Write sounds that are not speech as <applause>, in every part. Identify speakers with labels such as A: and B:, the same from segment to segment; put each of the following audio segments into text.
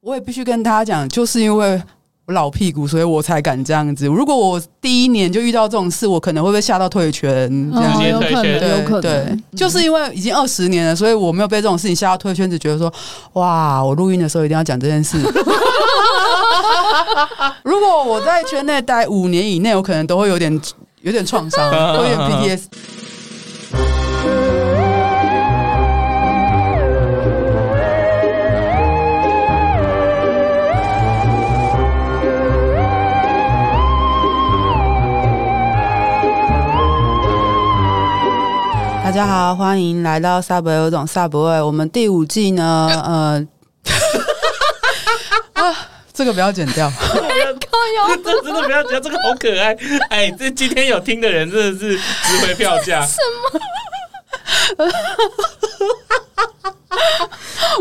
A: 我也必须跟大家讲，就是因为我老屁股，所以我才敢这样子。如果我第一年就遇到这种事，我可能会被吓到退圈。这样子
B: 直嗯接
C: 哦有
B: 退
C: 可
B: 圈
C: 能，有嗯可
A: 对对
C: 能，
A: 就是因为已经二十年了，所以我没有被这种事情吓到退圈，只觉得说，哇，我录音的时候一定要讲这件事。如果我在圈内待五年以内，我可能都会有点有点创伤，会有点 PTS。大家好，欢迎来到萨博有种萨博味。我们第五季呢，呃， <laughs> 啊，这个不要剪掉。
C: 高腰
B: 这真的不要讲，这个好可爱。哎，这今天有听的人真的是值回票价。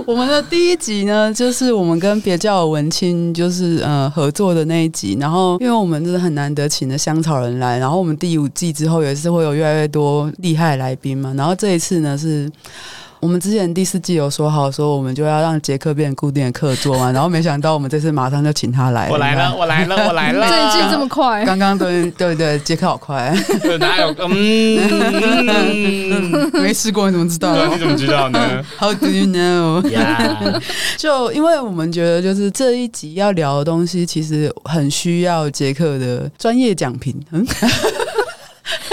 A: 我们的第一集呢，就是我们跟别叫我文青就是呃合作的那一集，然后因为我们真的很难得请了香草人来，然后我们第五季之后也是会有越来越多厉害的来宾嘛，然后这一次呢是。我们之前第四季有说好说我们就要让杰克变成固定的客座嘛，然后没想到我们这次马上就请他来。
B: 我来了，，我来了，我来了。
C: 这一季这么快，
A: 刚刚对对对，杰克好
B: <laughs>
A: 快，
B: 么哪有？嗯，
A: 没吃过你怎么知道
B: 对，啊你怎么知道呢？
A: ？How do you know？
B: 呀，
A: 就因为我们觉得，就是这一集要聊的东西，其实很需要杰克的专业讲评。嗯，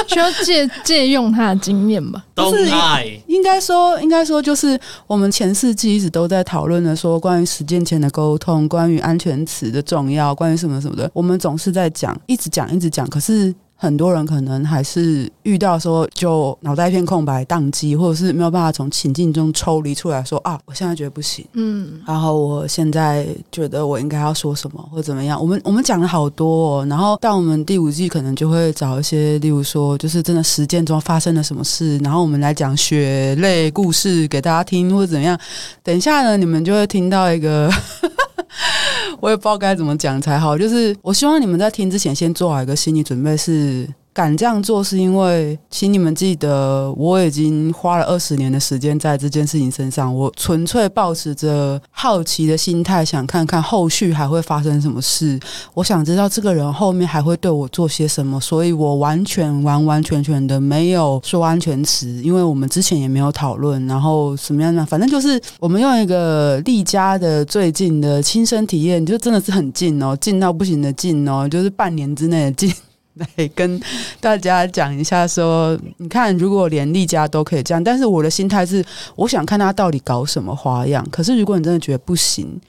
C: 需要借借用他的经验吧。
B: 东爱
A: 应该说，应该说，就是我们前四季一直都在讨论的，说关于实践前的沟通，关于安全词的重要，关于什么什么的，我们总是在讲，一直讲，一直讲，可是。很多人可能还是遇到说就脑袋一片空白、宕机，或者是没有办法从情境中抽离出来说啊，我现在觉得不行，
C: 嗯，
A: 然后我现在觉得我应该要说什么或怎么样，我们我们讲了好多、哦，然后到我们第五季可能就会找一些，例如说就是真的实践中发生了什么事，然后我们来讲血泪故事给大家听或者怎么样。等一下呢，你们就会听到一个。我也不知道该怎么讲才好，就是我希望你们在听之前先做好一个心理准备是敢这样做是因为，请你们记得，我已经花了二十年的时间在这件事情身上。我纯粹抱持着好奇的心态，想看看后续还会发生什么事。我想知道这个人后面还会对我做些什么，所以我完全完完全全的没有说安全词，因为我们之前也没有讨论，然后什么样的，反正就是我们用一个丽佳的最近的亲身体验，就真的是很近哦，近到不行的近哦，就是半年之内的近。 <laughs> 来跟大家讲一下说，你看，如果连丽佳都可以这样，但是我的心态是，我想看他到底搞什么花样。可是如果你真的觉得不行，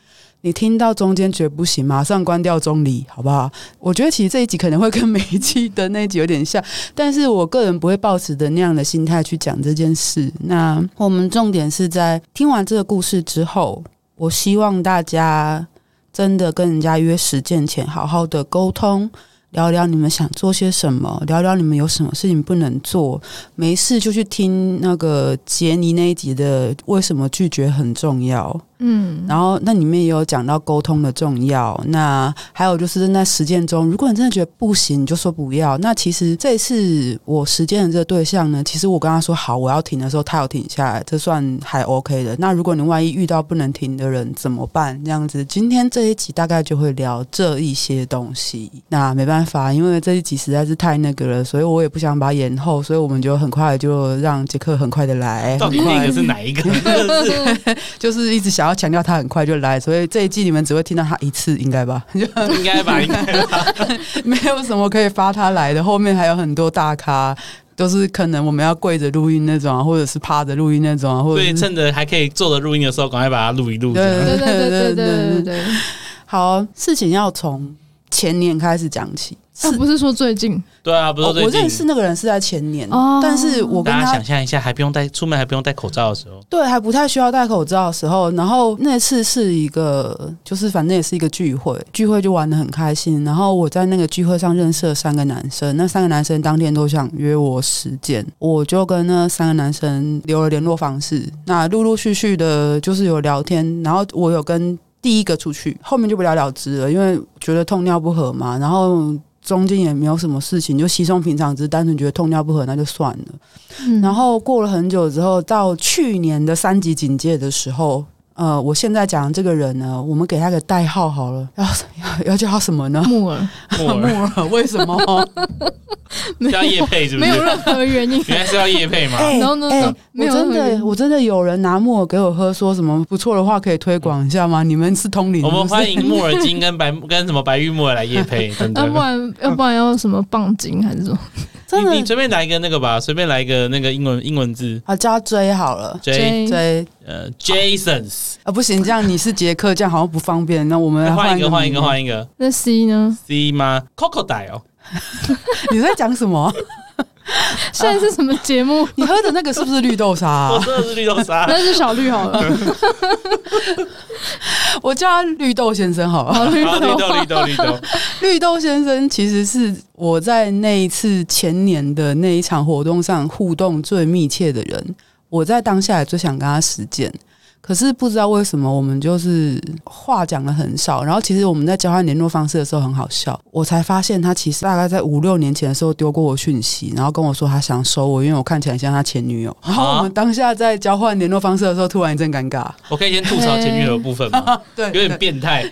A: 你听到中间觉得不行，马上关掉中离，好不好？我觉得其实这一集可能会跟每一季的那一集有点像，但是我个人不会抱持的那样的心态去讲这件事。那我们重点是在听完这个故事之后，我希望大家真的跟人家约实践前，好好的沟通。聊聊你们想做些什么，聊聊你们有什么事情不能做。没事就去听那个杰尼那一集的《为什么拒绝很重要》，
C: 嗯，
A: 然后那里面也有讲到沟通的重要。那还有就是在实践中，如果你真的觉得不行，你就说不要。那其实这一次我实践的这个对象呢，其实我跟他说好我要停的时候，他有停下来，这算还 OK 的。那如果你万一遇到不能停的人怎么办？这样子，今天这一集大概就会聊这一些东西。那没办法，因为这一集实在是太那个了，所以我也不想把它延后，所以我们就很快就让杰克很快的来。
B: 到底
A: 很快
B: 那个是哪一个？真的是
A: 就是一直想要强调他很快就来，所以这一季你们只会听到他一次，应该吧？就
B: 应
A: <laughs>
B: 该吧？啊应该吧。
A: 没有什么可以发他来的，后面还有很多大咖。都是可能我们要跪着录音那种啊，或者是趴着录音那种啊，或
B: 所
A: 者
B: 以
A: 是
B: 趁着还可以坐着录音的时候，赶快把它录一录。这样
C: 对对对对对对对对，
A: 好事情要从前年开始讲起。
C: 啊，不是说最近
B: 对啊，不是
A: 哦我
B: 最
A: 认识
B: 近。
A: 那个人是在前年，
C: 哦
A: 但是我跟
B: 大家
A: 他
B: 想象一下，还不用戴出门，还不用戴口罩的时候，
A: 对，还不太需要戴口罩的时候，然后那次是一个，就是反正也是一个聚会，聚会就玩的很开心。然后我在那个聚会上认识了三个男生，那三个男生当天都想约我实践，我就跟那三个男生留了联络方式。那陆陆续续的，就是有聊天，然后我有跟第一个出去，后面就不了了之了，因为觉得痛尿不合嘛，然后。中间也没有什么事情，就稀松平常，只是单纯觉得痛尿不合，那就算了。
C: 嗯
A: 然后过了很久之后，到去年的三级警戒的时候，呃，我现在讲这个人呢，我们给他个代号好了， <laughs> 要要要叫他什么呢？
C: 木耳
B: 木
A: 木
B: 耳
A: 耳，为什么？
B: <laughs>
C: 没
B: 叫
C: 有
B: 叶配是不
C: 没
B: 是？，
C: 有任何原因
B: <laughs> 原来是要叶配嘛？
A: <laughs> 哎
C: No, no, no，
A: 哎
C: 没有
A: 我真
C: 任何原
A: 的
C: 因
A: 我真的有人拿木耳给我喝，说什么不错的话可以推广一下吗？你们是通灵，
B: 嗯 <laughs> 我
A: 是
B: 们
A: 不是
B: 欢迎木耳精跟白跟什么白玉木耳来叶配，真的
C: 要。不然要不然要什么棒精还是什么？
B: 嗯
A: 真
B: 你你
A: 的
B: 随便来一个那个吧，随便来一个那个英文英文字
A: 啊，叫他追好了，
B: J
C: 哎
A: 追
B: 呃 Jasons，
A: 啊，不行，这样你是杰克，这样好像不方便。那我们
B: 那
A: 来
B: 换一个换一个
A: 一
B: 换一个
C: 那 C 呢？
B: C 吗？Crocodile
A: 个，你在讲什
C: <laughs>
A: 么？
C: <laughs> 现在是什么节
B: <laughs>
C: 目？
A: 你喝的那个是不是绿豆沙
B: 我
A: 啊？
B: 真的是绿豆
C: <laughs>
B: 沙。
C: 那是小绿好
B: <laughs>
C: 了，
A: 我叫他绿豆先生好了。
C: 好绿
B: 好，绿
C: 豆
B: 豆绿豆绿豆，
A: 绿豆先生其实是我在那一次前年的那一场活动上互动最密切的人，我在当下也最想跟他实践。可是不知道为什么，我们就是话讲的很少。然后其实我们在交换联络方式的时候很好笑，我才发现他其实大概在五六年前的时候丢过我讯息，然后跟我说他想收我，因为我看起来像他前女友。然
B: 啊
A: 后我们当下在交换联络方式的时候，突然一阵尴尬。
B: 我可以先吐槽前女友的部分吗？
A: 对，
B: 有点变态，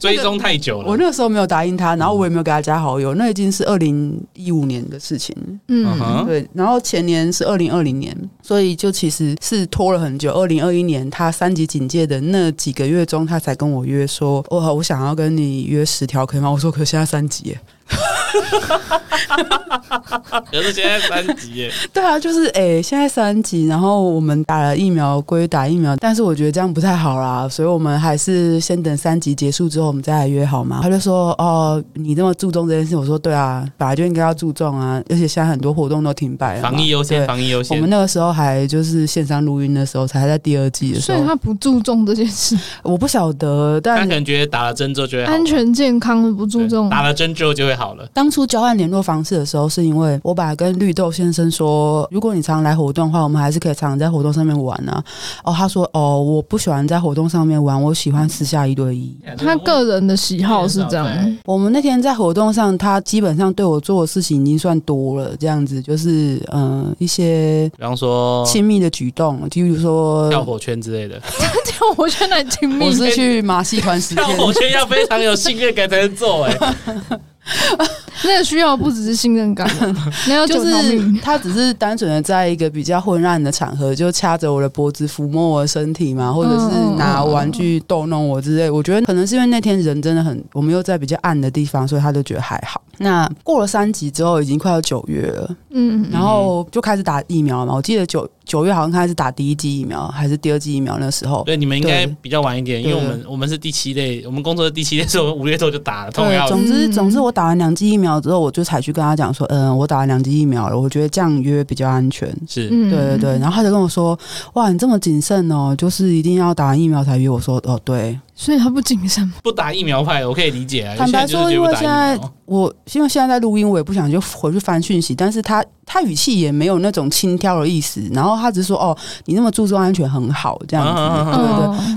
B: 追踪太久
A: 我
B: 了。
A: 那个时候没有答应他，然后我也没有给他加好友，那已经是二零一五年的事情。
B: 嗯
C: 嗯，
B: 哼，
A: 对，然后前年是二零二零年，所以就其实是拖了很久。二零二一年他三级警戒的那几个月中，他才跟我约说，我我想要跟你约十条，可以吗？我说可现在三级耶。
B: 可是现在三级耶，
A: 对啊，就是诶、现在三级，然后我们打了疫苗归打疫苗，但是我觉得这样不太好啦，所以我们还是先等三级结束之后，我们再来约好吗？他就说哦，你那么注重这件事，我说对啊，本来就应该要注重啊，而且现在很多活动都停摆了嘛，
B: 防疫优先，
A: 对。
B: 防疫优
A: 我
B: 先
A: 们。那个时候还就是线上录音的时候，才在第二季的时
C: 所以
A: 候，
C: 他不注重这件事，
A: 我不晓得，
B: 他可
A: 但
B: 能觉得打了针之后就会好
C: 安全健康不注
B: 对
C: 重，
B: 打了针之后就会好了。
A: 当初交换联络方式的时候，是因为我把跟绿豆先生说，如果你常来活动的话，我们还是可以常常在活动上面玩啊。哦，他说哦，我不喜欢在活动上面玩，我喜欢私下一对一。
C: 他个人的喜好是这样，
A: 我们那天在活动上，他基本上对我做的事情已经算多了，这样子就是嗯、呃一些
B: 比方说
A: 亲密的举动，比如说
B: 跳火圈之类的，
C: 这样 <laughs> 我觉得很亲密
A: 我。是去马戏团
B: <laughs>
A: 实践
B: 跳火圈要非常有信任感才能做哎、
C: <laughs> 那个需要不只是信任感嘛，
A: <laughs>
C: 那要
A: 就
C: 九条命 <laughs>
A: 是他只是单纯的在一个比较混乱的场合，就掐着我的脖子抚摸我的身体嘛，或者
C: 嗯
A: 是拿玩具逗弄我之类。我觉得可能是因为那天人真的很，我们又在比较暗的地方，所以他就觉得还好。那过了三级之后，已经快要九月了，
C: 嗯，
A: 然后就开始打疫苗嘛。我记得九九月好像开始打第一剂疫苗还是第二剂疫苗，那时候
B: 对，你们应该比较晚一点，因
A: 对
B: 为我们我们是第七类，我们工作的第七类，所以我们五月头就打了，痛得
A: 对，
B: 要死。
A: 总之
C: 嗯
A: 总之，我打完两剂疫苗之后，我就才去跟他讲说，嗯，我打完两剂疫苗了，我觉得这样约比较安全。
B: 是，
C: 嗯，
A: 对对对，然后他就跟我说：“哇，你这么谨慎哦，就是一定要打完疫苗才约。”我说：“哦，对，
C: 所以他不谨慎嘛，
B: 不打疫苗派，我可以理解啊。有
A: 坦
B: 些
A: 白
B: 人就
A: 说，
B: 是
A: 因
B: 绝
A: 为
B: 不打
A: 现
B: 疫
A: 在
B: 苗。
A: 我因为现在在录音，我也不想就回去翻讯息，但是他他语气也没有那种轻佻的意思，然后他只是说：‘哦，你那么注重安全，很好，这样子。
C: 啊
B: 嗯嗯嗯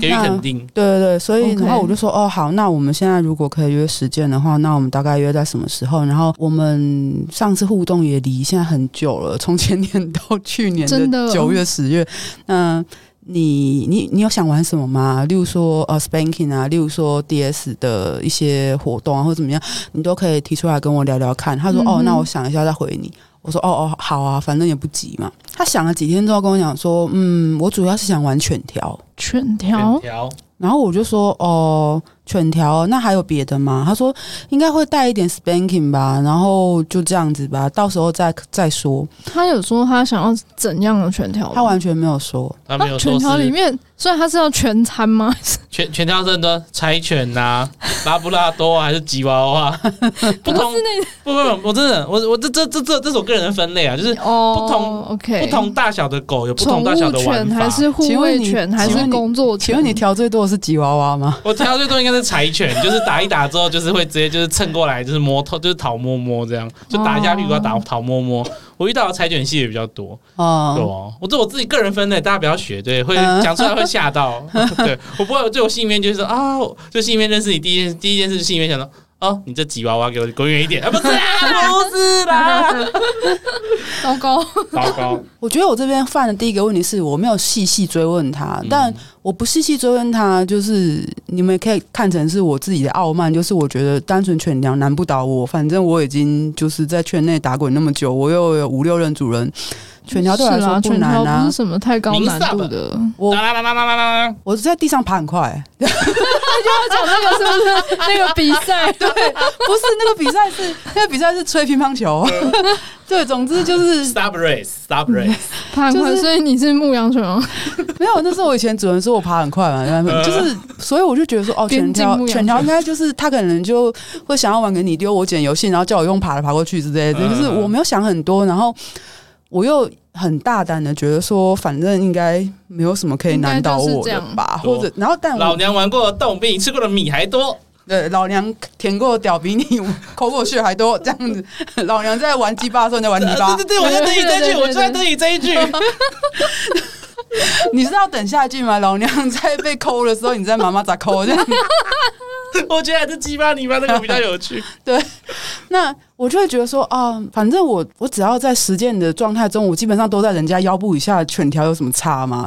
A: 对对对。
C: 对，
B: 给予肯定，
A: 对对对，所以
C: OK
A: 然后我就说哦好，那我们现在如果可以约时间的话，那我们大概约在什么时候？然后我们上次互动也离现在很久了，从前年到去年
C: 真的哦
A: 的九月、十月。那你你你有想玩什么吗？例如说呃 spanking 啊，例如说 DS 的一些活动啊，或者怎么样，你都可以提出来跟我聊聊看。他说、
C: 嗯
A: 哦
C: 哼，
A: 那我想一下再回你。我说哦哦好啊，反正也不急嘛。他想了几天之后跟我讲说，嗯，我主要是想玩犬条。
C: 犬
B: 两
C: 条，
B: 条
A: 然后我就说哦，犬条，那还有别的吗？他说应该会带一点 spanking 吧，然后就这样子吧，到时候再再说。
C: 他有说他想要怎样的犬条吗？啊
A: 他完全没有说，
B: 他没有
C: 全
B: 说
C: 条里
B: 是
C: 面，所以他是要全餐吗？
B: 全全条真的柴犬呐、拉布拉多啊还是吉娃娃，不同不不不，我真的我我这这这这这是我个人的分类啊，就是
C: 哦，
B: <laughs> 不同
C: OK，
B: 不同大小的狗有不
C: 宠
B: 同大小
C: 物
B: 的玩
C: 犬
B: 法
C: 还。是护
A: 请
C: 卫
A: 问你
C: 犬还
A: 请
C: 是
A: 问你
C: 工作犬？
A: 请问你调最多的是吉娃娃吗？
B: 我挑最多应该是柴
A: <laughs>
B: 犬，就是打一打之后，就是会直接就是蹭过来，就是摸头，就是讨摸摸这样，就打一下屁
A: 哦
B: 股，打讨摸摸。我遇到的柴犬系也比较多，对
A: 哦、
B: 哦，我这我自己个人分类，大家不要学，对，会
A: 嗯
B: 讲出来
A: <laughs>
B: 会吓到。对我不会，对我心里面就是说啊，就心里面认识你第一件第一件事，心里面想到哦，你这吉娃娃给我滚远一点！啊，不是
A: <laughs>
B: 啦，不 <laughs> 是啦，
C: 糟糕，
B: 糟糕，
A: 我觉得我这边犯的第一个问题是我没有细细追问他，
C: 嗯
A: 但我不细细追问他，就是你们也可以看成是我自己的傲慢，就是我觉得单纯犬粮难不倒我，反正我已经就是在圈内打滚那么久，我又有五六任主人，犬条对我来
C: 是
A: 说
C: 啦
A: 不
C: 全
A: 难
C: 条
A: 啊
C: 不是。什么太高难啊度的。
A: 我
B: 啦啦啦啦啦啦啦！
A: 我在地上爬很快、
C: <laughs> 他讲那个是不是那个比
A: <laughs>
C: 赛？
A: 不是那个比赛是那个比赛是吹乒乓球， <laughs> 对，总之就是
B: Stop race，stop race，
C: 潘坤，
A: 就是
C: 所以你是牧羊犬哦吗？
A: 没有。那时候我以前主人说我爬很快
B: <laughs>
A: 嘛，然后就是所以我就觉得说哦，
C: 边
A: 全
C: 境牧
A: 条
C: 羊
A: 全条应该就是他可能就会想要玩个你丢我捡游戏，然后叫我用爬的爬过去之类的，
B: 嗯
A: 就是我没有想很多，然后我又。很大胆的觉得说，反正应该没有什么可以难倒我的吧，
B: 应该就是这样哦
A: 或者然后但
B: 老
A: <laughs> 我
B: 娘玩过的洞比你吃过的米还多。
A: 对老娘舔过的屌比你抠过去还多，这样子， <laughs> 老娘在玩鸡巴的时候你在玩泥巴
B: <laughs> 啊对，对对，我在等你这一句，我就在等你这一句。
A: <laughs> 你是要等下一句吗？老娘在被抠的时候，你在妈妈咋抠这样？
B: <laughs> 我觉得还是鸡巴你吧，那个比较有 <laughs> 趣。
A: 对，那我就会觉得说，啊，反正我我只要在实践的状态中，我基本上都在人家腰部以下，犬条有什么差吗？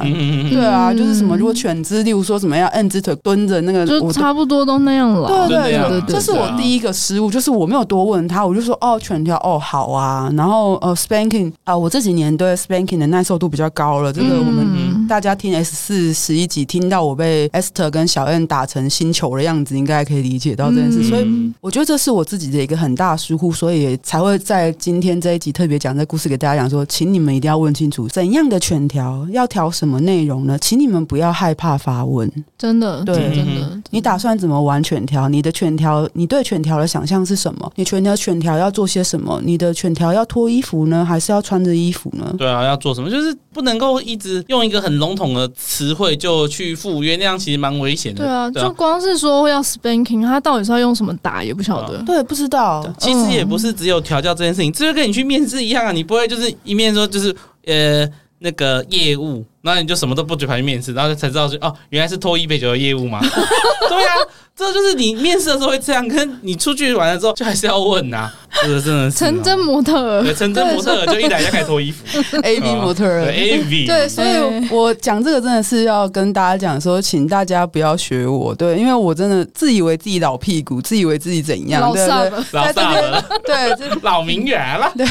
A: <laughs>
B: 嗯，
A: 对啊，就是什么，
C: 嗯
A: 如果犬姿，例如说什么要摁只腿蹲着那个，
C: 就
A: 我都
C: 差不多都那样了。
A: 对啊
B: 对
A: 对对，
B: 对对
A: 这是我第一个失误，就是我没有多问他，我就说哦，犬条哦好啊，然后呃 spanking 啊、我这几年对 spanking 的耐受度比较高了，这个我们
B: 嗯
A: 大家听 S 四十一集，听到我被 Esther 跟小 N 打成星球的样子，应该可以理解到这件事。
C: 嗯
A: 所以我觉得这是我自己的一个很大的疏忽，所以才会在今天这一集特别讲这故事给大家讲说，请你们一定要问清楚，怎样的犬条要调什么内容呢？请你们不要害怕发问。
C: 真的，
A: 对
C: 真的
B: 嗯，
A: 你打算怎么玩犬条？你的犬条，你对犬条的想象是什么？你犬条犬条要做些什么？你的犬条要脱衣服呢，还是要穿着衣服
B: <laughs>
A: 呢？
B: 对啊，要做什么？就是不能够一直用一个很笼统的词汇就去赴约，那样其实蛮危险的。
C: 对啊，
B: 对
C: 就光是说要 spanking，他到底是要用什么打也不晓
B: 啊
C: 得。
A: 对，不知 <laughs> 道。
B: 其实也不是只有调教这件事情，这就跟你去面试一样啊，你不会就是一面说就是呃那个业务，然后你就什么都不觉跑去面试，然后才知道说哦原来是脱衣杯酒的业务
C: <laughs>
B: 嘛。对啊，这就是你面试的时候会这样，跟你出去玩的时候就还是要问呐、啊，这个真的是
C: 成真。模特
B: 对，成真模特就一来就开始脱衣服
A: A B 模特儿。
B: 啊对 A
A: <laughs>
B: V，
A: 对，所以
C: 哎
A: 我讲这个真的是要跟大家讲说，请大家不要学我，对，因为我真的自以为自己老屁股，自以为自己怎
B: 啊
A: 样，
C: 老
A: 对
C: 萨
A: 对
C: 了，
B: 老
A: 在
B: 大
A: 这边
B: 了，
A: 对，这
B: 老名媛了。
A: 对，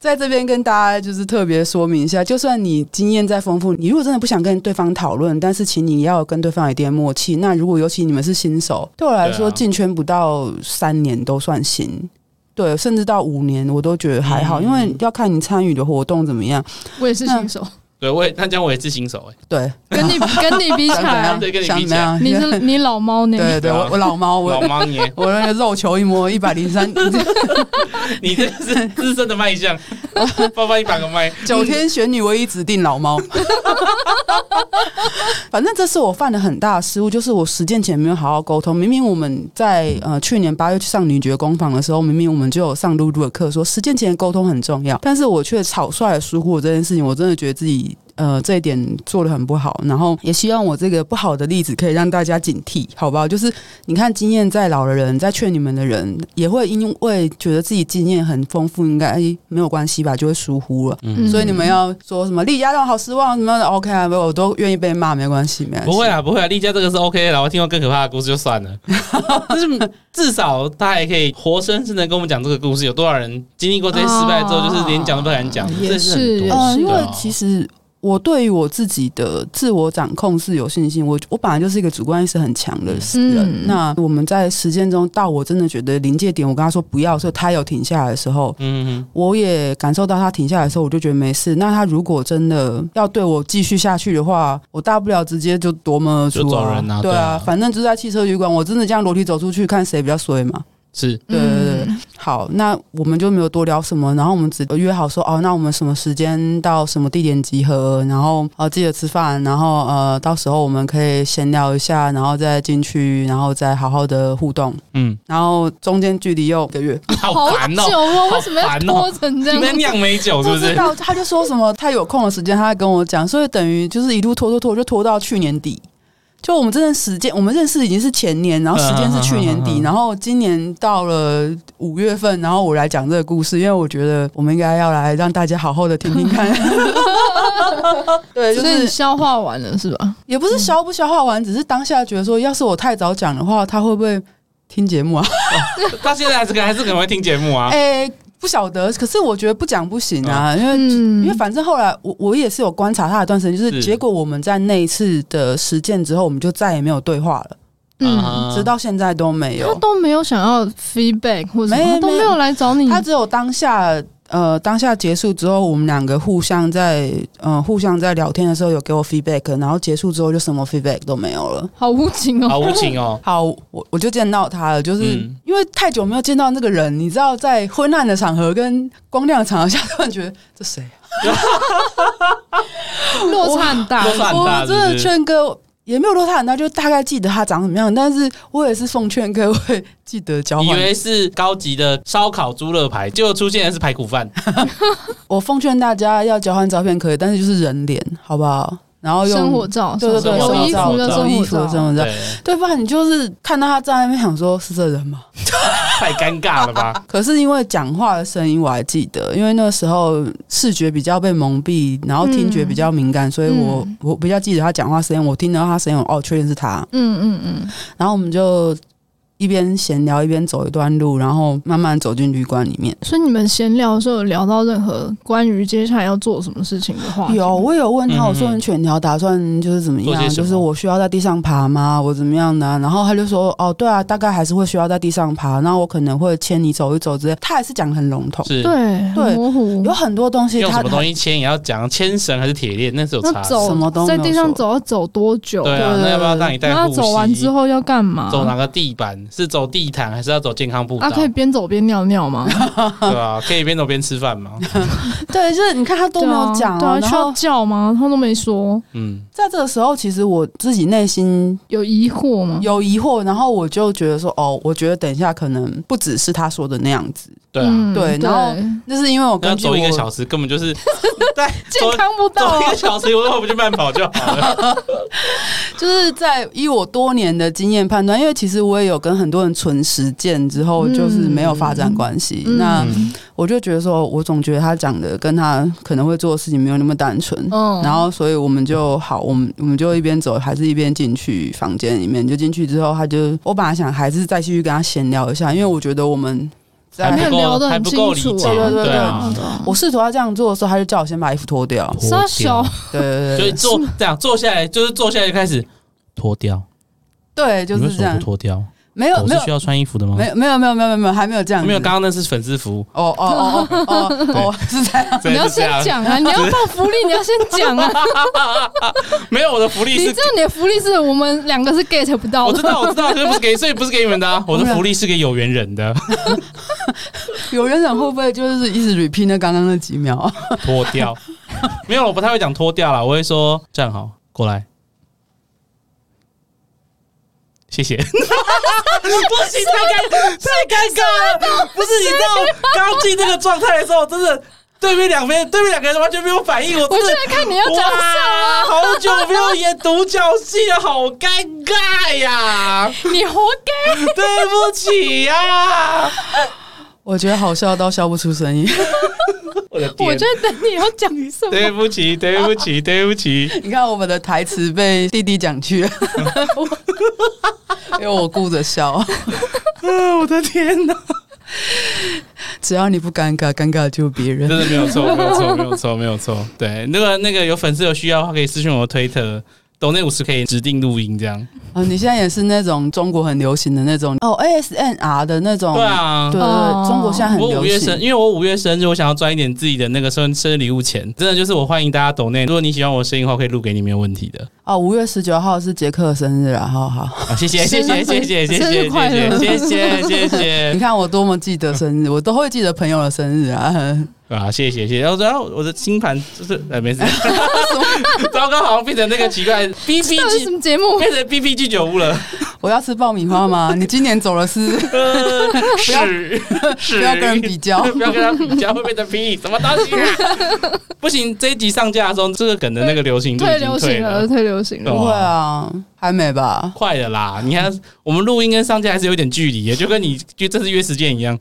A: 在这边跟大家就是特别说明一下，就算你经验再丰富，你如果真的不想跟对方讨论，但是请你要跟对方有一定的默契。那如果尤其你们是新手，对我来说
B: 对啊
A: 进圈不到三年都算新。对，甚至到五年我都觉得还好，
B: 嗯
A: 因为要看你参与的活动怎么样。
C: 我也是新手，
B: 对，我也，那这样我也是新手哎、
A: 对，
C: 跟你跟
A: <laughs>
C: 你比起
A: 想怎
C: 来
A: 样，
B: 对跟你
A: 想
B: 比
A: 怎
B: 起来
A: 样？
C: 你是你老猫呢？
A: 对对，我我老猫，
B: 老
A: <laughs> 我
B: 猫
A: <laughs>
B: 你，
A: 我那个肉球一摸一百零三，
B: 你这
A: <laughs>
B: 是资深的卖相，爸爸你把个麦，
A: 九天玄女唯一指定老猫。反正这是我犯的很大的失误，就是我实践前没有好好沟通。明明我们在呃去年八月去上女爵工坊的时候，明明我们就有上露露的课，说实践前沟通很重要，但是我却草率的疏忽了这件事情，我真的觉得自己。呃，这一点做的很不好，然后也希望我这个不好的例子可以让大家警惕，好不好？就是你看，经验再老的人，在劝你们的人，也会因为觉得自己经验很丰富，应该没有关系吧，就会疏忽了。
C: 嗯
A: 所以你们要说什么李佳让好失望什么的，OK 啊，我都愿意被骂，没关系，没关系。
B: 不会，啊，不会啊，丽佳这个是 OK 的啦。我听过更可怕的故事就
A: <laughs>
B: 算了，但是至少他还可以活生生的跟我们讲这个故事。有多少人经历过这些失败之后，
A: 啊
C: 哦
B: 就是连讲都不敢讲？
C: 也
B: 这是很
C: 是
B: 多
C: 也
A: 呃，
C: 是
A: 因
B: 啊
A: 为其实我对于我自己的自我掌控是有信心，我我本来就是一个主观意识很强的人。
C: 嗯
A: 那我们在实践中，到我真的觉得临界点，我跟他说不要的时候，他有停下来的时候，
B: 嗯，
A: 我也感受到他停下来的时候，我就觉得没事。那他如果真的要对我继续下去的话，我大不了直接就夺门而出
B: 就走
A: 啊，
B: 人啊
A: 对
B: 对
A: 啊
B: 啊，
A: 反正就在汽车旅馆，我真的这样裸体走出去，看谁比较衰嘛。
B: 是
C: 嗯
A: 对对对，好，那我们就没有多聊什么，然后我们只约好说，哦，那我们什么时间到什么地点集合，然后呃记得吃饭，然后呃到时候我们可以闲聊一下，然后再进去，然后再好好的互动，
B: 嗯，
A: 然后中间距离又一个月，
B: 好
C: 好
B: 烦哦
C: 久、哦，为什么
B: 好
C: 要
B: 烦哦
C: 拖成这
B: 你们在
C: 样？
B: 酿美酒是
A: 不
B: 哦不
A: 知
B: 是？
A: 道他就说什么，他有空的时间他在跟我讲，所以等于就是一路拖拖拖，就拖到去年底。就我们真的实践，我们认识已经是前年，然后实践是去年
B: 嗯嗯嗯嗯
A: 底，
B: 嗯
A: 然后今年到了五月份，然后我来讲这个故事，因为我觉得我们应该要来让大家好好的听听
B: <laughs>
A: 看。对，就
C: 所以你
B: 嗯
A: 是
C: 消化完了是吧？
A: 也不是消不消化完，只是当下觉得说，要是我太早讲的话，他会不会听节目啊？
B: 到现在还是还是可能会听节目啊。
A: 哎、不晓得，可是我觉得不讲不行啊，因为、
C: 嗯
A: 因为反正后来我我也是有观察他的段时间，就是
B: 是
A: 结果我们在那一次的实践之后，我们就再也没有对话了，
C: 嗯，
B: 啊
A: 直到现在都没
C: 他
A: 有。
C: 都没有想要 feedback 或者什
A: 没
C: 么，他都
A: 没
C: 没有来找你。
A: 他只有当下呃当下结束之后，我们两个互相在呃互相在聊天的时候有给我 feedback，然后结束之后就什么 feedback 都没有了。
C: 好无情
B: 好
C: 哦，
B: 无情哦。
A: 好，我我就见到他了，就是、
B: 嗯
A: 因为太久没有见到那个人，你知道，在昏暗的场合跟光亮的场合下，突然觉得这谁啊
C: <laughs> 落差很大
B: 落。差很大
A: 我真的
B: 是不是
A: 劝哥也没有落差很大，就大概记得他长什么样。但是我也是奉劝各位记得交
B: 以
A: 换。
B: 为是高级的烧烤猪肋排，结果出现的是排骨饭。
A: 我奉劝大家要交换照片可以，但是就是人脸，好不好？然后用
C: 生活照，
A: 对对对，
B: 生
C: 有
B: 活
C: 衣
B: 照
C: 服的
A: 有
C: 生
A: 衣
C: 活
A: 服的
C: 照，
A: 生活照。
B: 对，
A: 对，不然你就是看到他站在那边，想说是这人吗？
B: 太尴尬
A: <laughs>
B: 了吧？
A: 可是因为讲话的声音我还记得，因为那时候视觉比较被蒙蔽，然后听觉比较敏感，所以我
C: 嗯
A: 我比较记得他讲话声音。我听到他声音，我哦，确定是他。
C: 嗯嗯嗯，
A: 然后我们就一边闲聊一边走一段路，然后慢慢走进旅馆里面。
C: 所以你们闲聊的时候有聊到任何关于接下来要做什么事情的话题吗
A: 有，啊我有问他，
B: 嗯
A: 我说你犬条打算就是怎么
B: 做
A: 样
B: 些
A: 啊？
B: 什么
A: 就是我需要在地上爬吗？我怎么样呢、然后他就说，哦，对啊，大概还是会需要在地上爬，那啊我可能会牵你走一走之类。他还是讲得很笼统，
B: 是
C: 对很
A: 对
C: 模糊，
A: 有很多东西
B: 用
A: 他
B: 什么东西牵也要讲牵绳还是铁链，那是有
C: 那
B: 差。
C: 走
A: 什么都没
C: 在
A: 有
C: 地上
A: 说
C: 走要走多久？
B: 对啊，
A: 对
B: 那要不要让你带
C: 然后
B: 护膝？
C: 走完之后要干嘛？
B: 走哪个地板？是走地毯还是要走健康步道？
C: 啊，可以边走边尿尿吗？
B: 对啊，可以边走边吃饭吗？
A: 对，啊就是你看他 <laughs> 都没有讲、
C: 对啊，
A: 然
C: 对啊需要
A: 后
C: 叫吗？他都没说，
B: 嗯，
A: 在这个时候，其实我自己内心
C: 有疑惑吗？
A: 有疑惑，然后我就觉得说，哦，我觉得等一下可能不只是他说的那样子，
B: 对啊。
C: 嗯
A: 对然后就是因为我
B: 那要
A: 根据
B: 走
A: 我
B: 一个小时，根
A: <laughs>
B: 本就是对走
C: 健康不到
B: 走一
C: 啊
B: 个， <laughs> 小时，我说我们去慢跑就好了。
A: 就是在以我多年的经验判断，因为其实我也有跟很多人纯实践之后，
C: 嗯
A: 就是没有发展关系。
C: 嗯
A: 那
B: 嗯
A: 我就觉得说，我总觉得他讲的跟他可能会做的事情没有那么单纯。
C: 嗯
A: 然后，所以我们就好，我们我们就一边走，还是一边进去房间里面。就进去之后，他就我本来想还是再继续跟他闲聊一下，因为我觉得我们在
B: 还
C: 没有
B: 不够
C: 聊得
B: 还
C: 很
B: 不
C: 清
B: 够理
C: 楚啊，
B: 解
A: 对对对
B: 啊
C: 对啊
A: 我试图要这样做的时候，他就叫我先把衣服脱掉。
C: 撒
B: <laughs>
C: 小，
A: 对 <laughs> 对
B: 所
A: 对
B: 以
A: 对，
B: 坐这样坐下来，就是坐下来就开始脱掉。
A: 对就
B: 你为
A: 是
B: 什
A: 这
B: 么
A: 样
B: 不。脱掉？
A: 没有
B: 我
A: 没
B: 是
A: 有
B: 需要穿衣服的吗？
A: 没有没有没有没有没有还没有这样子，
B: 没有，刚刚那是粉丝服务。
A: 哦哦哦哦 <laughs> 哦哦，是这样。
C: 你要
B: 对是这
C: 先
B: 样
C: 讲啊，你要放福利，你要先讲啊，
B: 没有我的福利
C: 你知，
B: 是
C: 道你的福利是我们两个是 get 不到
B: 我
C: 的
B: 知，道我知道，这不是给，所以不是给你们的、 <laughs> 啊。我的福利是给有缘人的，
A: <laughs> 有人想会不会就是一直 repeat 那刚刚那几秒？
B: 脱掉。 <laughs> 没有，我不太会讲脱掉啦，我会说站好，过来。谢 <laughs> 谢。不行，太尴太尴尬了。不是，你知道刚进这个状态的时候，真的对面两边对面两个人完全没有反应，我
C: <laughs> 我
B: 真
C: 就
B: 的
C: 在看你要讲什
B: 哇，好久没有演独角戏了，好尴尬呀！
C: 么，你活该。
B: <laughs> 对不起呀、
A: <laughs> 我觉得好笑到笑不出声 <laughs> 音。
B: 我的
C: 我就在等你要讲什么。
B: 对不起，对
A: <laughs>
B: 不起，对不起。
A: 你看我们的台词被弟弟讲 <laughs> 去了，因为我顾着笑。 <laughs>
B: 啊，我的天哪！
A: 只要你不尴尬，尴尬就别
B: 真
A: 人。
B: 的没有错，没有错，没有错，没有错。对，那个那个有粉丝有需要的话，可以私信我的推特，抖内五十可以指定录音这样。
A: 哦，你现在也是那种中国很流行的那种哦，ASMR 的那种。
B: 对啊
A: 对，。对
C: 哦
A: 对，中国现在很
B: 我五
A: 流
B: 月生，
A: 行。
B: 因为我五月生日，我想要赚一点自己的那个生生日礼物钱。真的就是我欢迎大家抖内，如果你喜欢我的声音的话，可以录给你没有问题的。
A: 哦，五月十九号是杰克的生日啊，好好。
B: 好，谢谢谢谢谢谢谢谢
C: 生日
B: 谢
C: 快乐
B: 谢谢谢
A: 你
B: <laughs> 谢
A: 看我多么记得生日，我都会记得朋友的生日啊。 <laughs>
B: 啊，谢谢谢谢。然后然后我的星盘就是呃没事， <laughs> 糟糕，好像变成那个奇怪 B B <laughs>
C: 到底是什
B: G
C: 么节目？
B: <laughs> 变成 B B G 酒屋了。
A: 我要吃爆米花
B: <laughs>
A: 吗？你今年走了是
B: 呃是是，
A: 不要跟人比较
B: <laughs> 不要跟他比较，会被他批什么东西啊？ <laughs> 不行，这一集上架的时候，这个梗的那个流行度已
C: 退
B: 经
C: 流
B: 退
C: 行了，
B: 了，哦
C: 退流行
A: 不
C: 了。
A: 会啊，还没
B: <laughs>
A: 吧？。
B: 快了啦！你看，我们录音跟上架还是有点距离的，就跟你就这次约时间一样。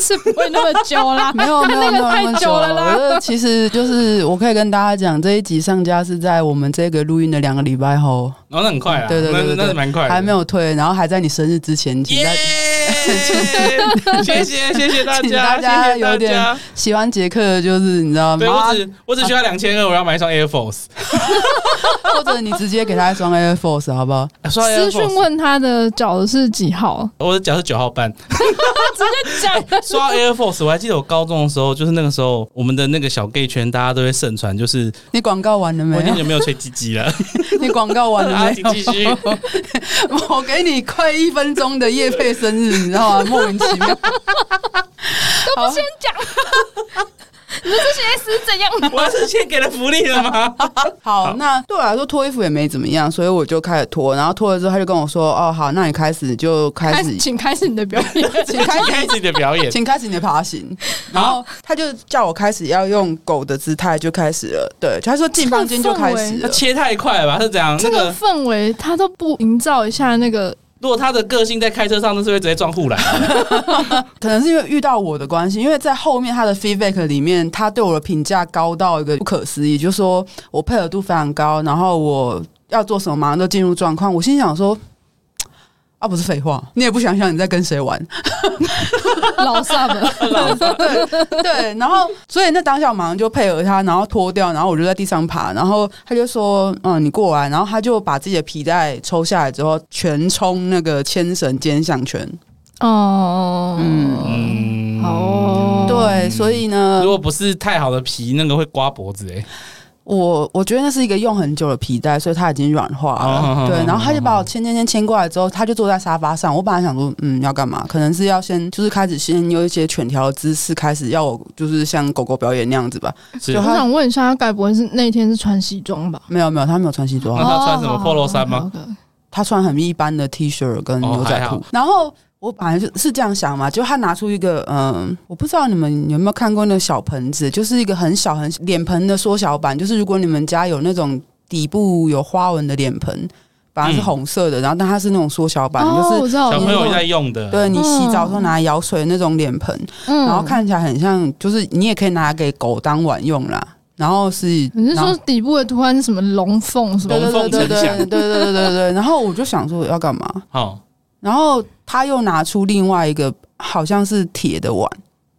C: 是不会那么久啦
B: <laughs>
A: 没有没有没
C: 那个
A: 有那
C: 太
A: 么
C: 久了啦
A: 呃其实就是我可以跟大家讲，这一集上架是在我们这个录音的两个礼拜后，
B: 然哦后那很快啦，
A: 对对对对对
B: 那那是蛮快的，
A: 还没有退，然后还在你生日之前，请
B: 耶
A: 大！
B: 谢谢谢谢
A: <laughs>
B: 大
A: 请
B: 家，
A: 大家
B: 谢谢大
A: 有
B: 家
A: 点。喜欢杰克就是你知道
B: 对我
A: 吗？
B: 只我只需要两千二，我要买一双 Air Force。
A: 或者你直接给他一双 Air Force 好不好？
B: 啊双 Air
C: 私讯
B: Force，
C: 问他的脚的是几
B: <laughs>
C: 号？
B: 我的脚是九号半。
C: 讲
B: 刷 Air Force，我还记得我高中的时候，就是那个时候我们的那个小 gay 圈，大家都会盛传，就是
A: 你广告完了
B: 我
A: 没
B: 已经
A: 有？
B: 有没有吹鸡鸡了？
A: <laughs> 你广告完了
B: 啊，
A: 没
B: 请继续。
A: 有？ <laughs> 我给你快一分钟的叶配生日，你知道吗？莫名其 <laughs> 妙。好，
B: <laughs>
C: 讲，你们这些 S 怎样？
B: 我是先给了福利了吗？
A: 好，那对我来说脱衣服也没怎么样，所以我就开始脱。然后脱了之后，他就跟我说：“哦，好，那你开始就开
C: 开
A: 始
C: 始，，哎请开始你的表演。
B: <laughs>
A: 请开始
B: 开始你的表演，
A: 请开始你的爬行。”然后他就叫我开始要用狗的姿态就开始了。对，他说进房间就开始
B: 他
A: 了。
B: 切太快了吧？是怎样？
C: 这
B: 那
C: 个
B: 个
C: 氛围他都不营造一下那个，
B: 如果他的个性在开车上，那是会直接撞护栏。啊
A: 可能是因为遇到我的关系，因为在后面他的 feedback 里面，他对我的评价高到一个不可思议，就是说我配合度非常高，然后我要做什么马上都进入状况。我心想说。啊，不是废话，你也不想想你在跟谁玩，
C: 老萨们，
B: <laughs>
A: 对，然后所以那当下我马上就配合他，然后脱掉，然后我就在地上爬，然后他就说：“嗯，你过来。”然后他就把自己的皮带抽下来之后，全冲那个牵绳肩项圈。
C: 哦，嗯，
B: 嗯，
C: 哦，
A: 对，所以呢
B: 如，果不是太好的皮，那个会刮脖子哎。
A: 我我觉得那是一个用很久的皮带，所以它已经软化了。
B: 哦
A: 对，然后他就把我牵牵牵牵过来之后，他就坐在沙发上。我本来想说，嗯，要干嘛？可能是要先就是开始先有一些犬条的姿势，开始要我就是像狗狗表演那样子吧。
B: 是
A: 就
C: 我
A: 他
C: 想问一下，他该不会是那天是穿西装吧？
A: 没有没有，他没有穿西装
B: 那，他穿什么
C: 哦好好
B: polo 衫吗
C: 好好好
A: 他穿很一般的 T 恤跟牛
B: 哦还
A: 仔裤。
B: 好
A: 然后我本来是是这样想嘛，就他拿出一个嗯，我不知道你们有没有看过那个小盆子，就是一个很小很脸盆的缩小版，就是如果你们家有那种底部有花纹的脸盆，本来是
B: 嗯
A: 红色的，然后但它是那种缩小版，
C: 哦，
A: 就
C: 我
A: 是。
C: 知道，
B: 小朋友在用的。
A: 对你洗澡的时候
C: 嗯
A: 拿来舀水的那种脸盆，
C: 嗯
A: 然后，看起来很像，就是你也可以拿来给狗当碗用啦。然后是
C: 你是
A: 然后
C: 说底部的图案是什么龙凤什么
A: 对
B: 龙
A: 对
B: 凤
A: 对对对
B: 呈祥
A: 对对对对对。然后我就想说要干嘛？
B: 好，
A: 然后他又拿出另外一个好像是铁的碗，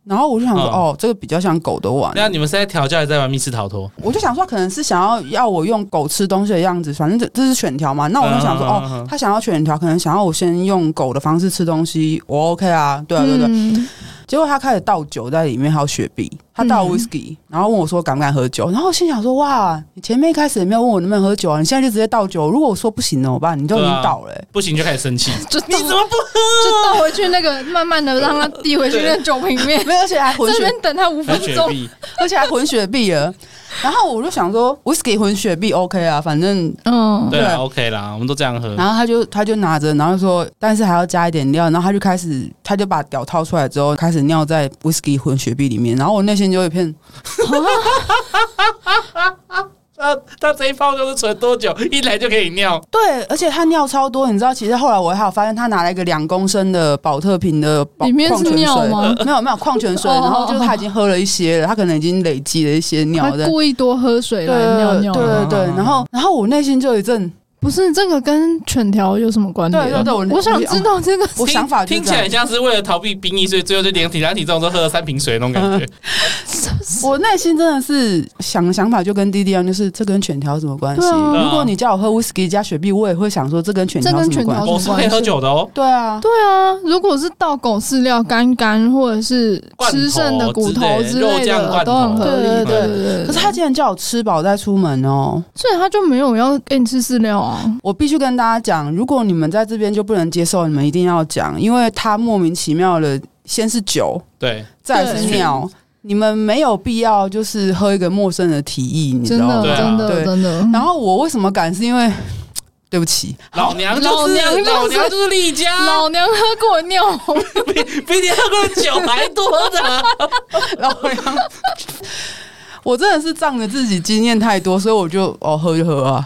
A: 然后我就想说，
B: 嗯
A: 哦，这个比较像狗的碗。
B: 那你们是在调教，还是在玩密室逃脱？
A: 我就想说，可能是想要要我用狗吃东西的样子，反正这这是犬条嘛。那我就想说，
B: 嗯嗯嗯嗯
A: 哦，他想要犬条，可能想要我先用狗的方式吃东西，我 OK 啊，对啊对对。
C: 嗯
A: 结果他开始倒酒在里面，还有雪碧，他倒了
C: 嗯
A: whisky，、然后问我说敢不敢喝酒，然后我心想说，哇，你前面一开始也没有问我能不能喝酒啊，你现在就直接倒酒，如果我说不行怎么办？你都已
B: 对
A: 经
B: 啊
A: 倒了欸、
B: 不行就开始生气。
C: 就
B: 你
C: 倒
B: 怎么不
C: 就倒回去那 <laughs> 个，慢慢的让它递回去那个酒瓶 <laughs> 里面，
A: 没有，而且还混
C: 在那
A: 血
C: 边等它五分
B: 很雪
C: 钟。
B: 碧？
A: <laughs> 而且还混雪碧了。然后我就想说，whisky 混雪碧 OK 啊，反正。
C: 嗯，
B: 对
A: 对
B: 啊，OK 啦，我们都这样喝。
A: 然后他就他就拿着，然后说，但是还要加一点料。然后他就开始，他就把屌掏出来之后，开始尿在 whisky 混雪碧里面。然后我内心就有一片，
B: 他他啊这一泡就是存多久， <laughs> 一来就可以尿。
A: 对，而且他尿超多，你知道？其实后来我还有发现，他拿了一个两公升的保特瓶的保
C: 里面是
A: 矿泉水
C: 尿吗？
A: 没有没有矿泉
C: <laughs>
A: 水，
C: 哦
A: 然后就是他已经喝了一些了，他可能已经累积了一些
C: 他
A: 尿在。
C: 故意多喝水
A: 对
C: 来尿尿。
A: 对对对，然后然后我内心就有一阵，
C: 不是这个跟犬条有什么关联？啊
A: 对对对我
C: 我想知道这个。
A: 我
B: 听
A: 想法就
B: 听
A: 是
B: 起
A: 这
B: 来
A: 样
B: 很。像是为了逃避兵役，所以最后就连体量体重都喝了三瓶水那种感觉。
A: 我内心真的是想想法就跟弟弟一样，就是这跟犬条有什么关系？
C: 对啊
A: 如果你叫我喝 whisky 加雪碧，我也会想说这跟犬条有什么关
C: 这跟犬条
A: 系？
B: 我是可以喝酒的哦，
A: 对啊，
C: 对啊，如果是倒狗饲料干干，或者是吃剩的骨头之
B: 罐头
C: 类
B: 之类肉酱
C: 的，
B: 罐头
C: 都很合理。
A: 对对对
C: 对
A: 可是他竟然叫我吃饱再出门哦！
C: 所以他就没有要给你吃饲料啊。
A: 我必须跟大家讲，如果你们在这边就不能接受，你们一定要讲，因为他莫名其妙的先是酒，
B: 对
A: 再是
C: 对
A: 尿，你们没有必要就是喝一个陌生的提议，你知道
C: 真
A: 吗？
C: 的，
B: 对啊
C: 真的，
A: 对
C: 真的。
A: 然后我为什么敢？是因为对不起，
B: 老娘就是
C: 老娘就是
B: 老娘就是丽佳，
C: 老娘喝过尿，
B: <laughs> 比比你喝过的酒还多的。
A: 老娘，我真的是仗着自己经验太多，所以我就哦喝就喝啊，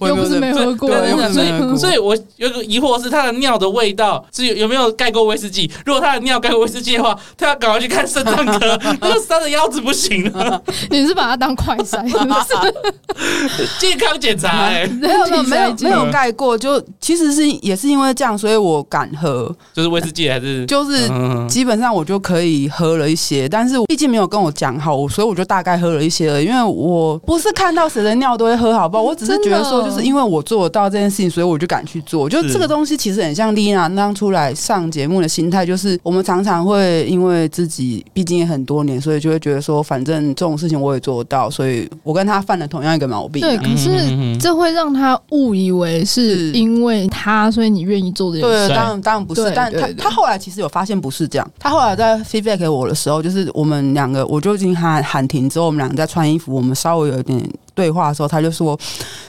A: 我
C: 又不是
A: 在
C: 没喝过，
A: 对
B: 对
A: 又不
B: 对
A: 是
B: 所
A: 没喝过
B: 以，嗯所以我有个疑惑是，他的尿的味道是有有没有盖过威士忌？如果他的尿盖过威士忌的话，他要赶快去看肾脏科，那个伤的腰子不行了，
C: 你是把它当快筛， <laughs> 是不是
B: 健康检查、欸。
A: 没有没有没有
C: 人体
A: 没
C: 筛
A: 有
B: 嗯
A: 盖过，就其实是也是因为这样，所以我敢喝，
B: 就是威士忌还是
A: 就是
B: 嗯
A: 基本上我就可以喝了一些，但是毕竟没有跟我讲好，所以我就大概喝了一些而已。因为我不是看到谁的尿都会喝，好不好？我只是觉得说，
C: 真的
A: 就是因为我做得到这件事情，所以我就敢去做。就是这个东西其实很像丽娜当初来上节目的心态，就是我们常常会因为自己毕竟也很多年，所以就会觉得说，反正这种事情我也做得到，所以我跟她犯了同样一个毛病啊、
C: 对，可是
B: 嗯嗯嗯
C: 这会让他误以为是
A: 是
C: 因为他，所以你愿意做这件
A: 对，
C: 事。
B: 帅
A: 当然当然不是，
C: 对
A: 但
C: 对
A: 他
C: 对
A: 他后来其实有发现不是这样。他后来在 feedback 给我的时候，就是我们两个，我就已经喊喊停之后，我们两个在穿衣服，我们稍微有一点对话的时候，他就说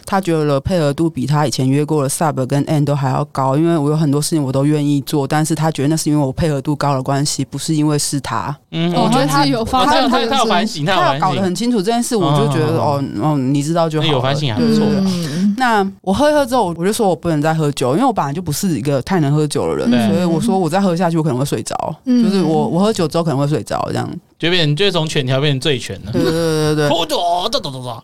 A: 他觉得配合度比他以前约过的 sub 跟 n 都还要高，因为我有很多事情我都愿意做，但是他觉得那是因为我配合度高的关系，不是因为是他。
B: 嗯
C: 哦
A: 我觉得
C: 他自己有发
B: 他
C: 现
B: 有他有
C: 这件事
B: 他有反省，他有
A: 他要
B: 反
A: 搞得
B: 省，
A: 很清楚这件事，我就觉得
B: 哦
A: 哦哦，你知道就
B: 那
A: 好了。
B: 有反省还不
C: 嗯，
B: 错啦。
A: 那我喝一喝之后，我就说我不能再喝酒，因为我本来就不是一个太能喝酒的人，
B: 对
A: 所以我说我再喝下去我可能会睡着，
C: 嗯
A: 就是我我喝酒之后可能会睡着这样。
B: 就变成就会从犬条变成醉犬了。
A: 对
C: 嗯
A: 对对对对。
B: 哦，走走走走走，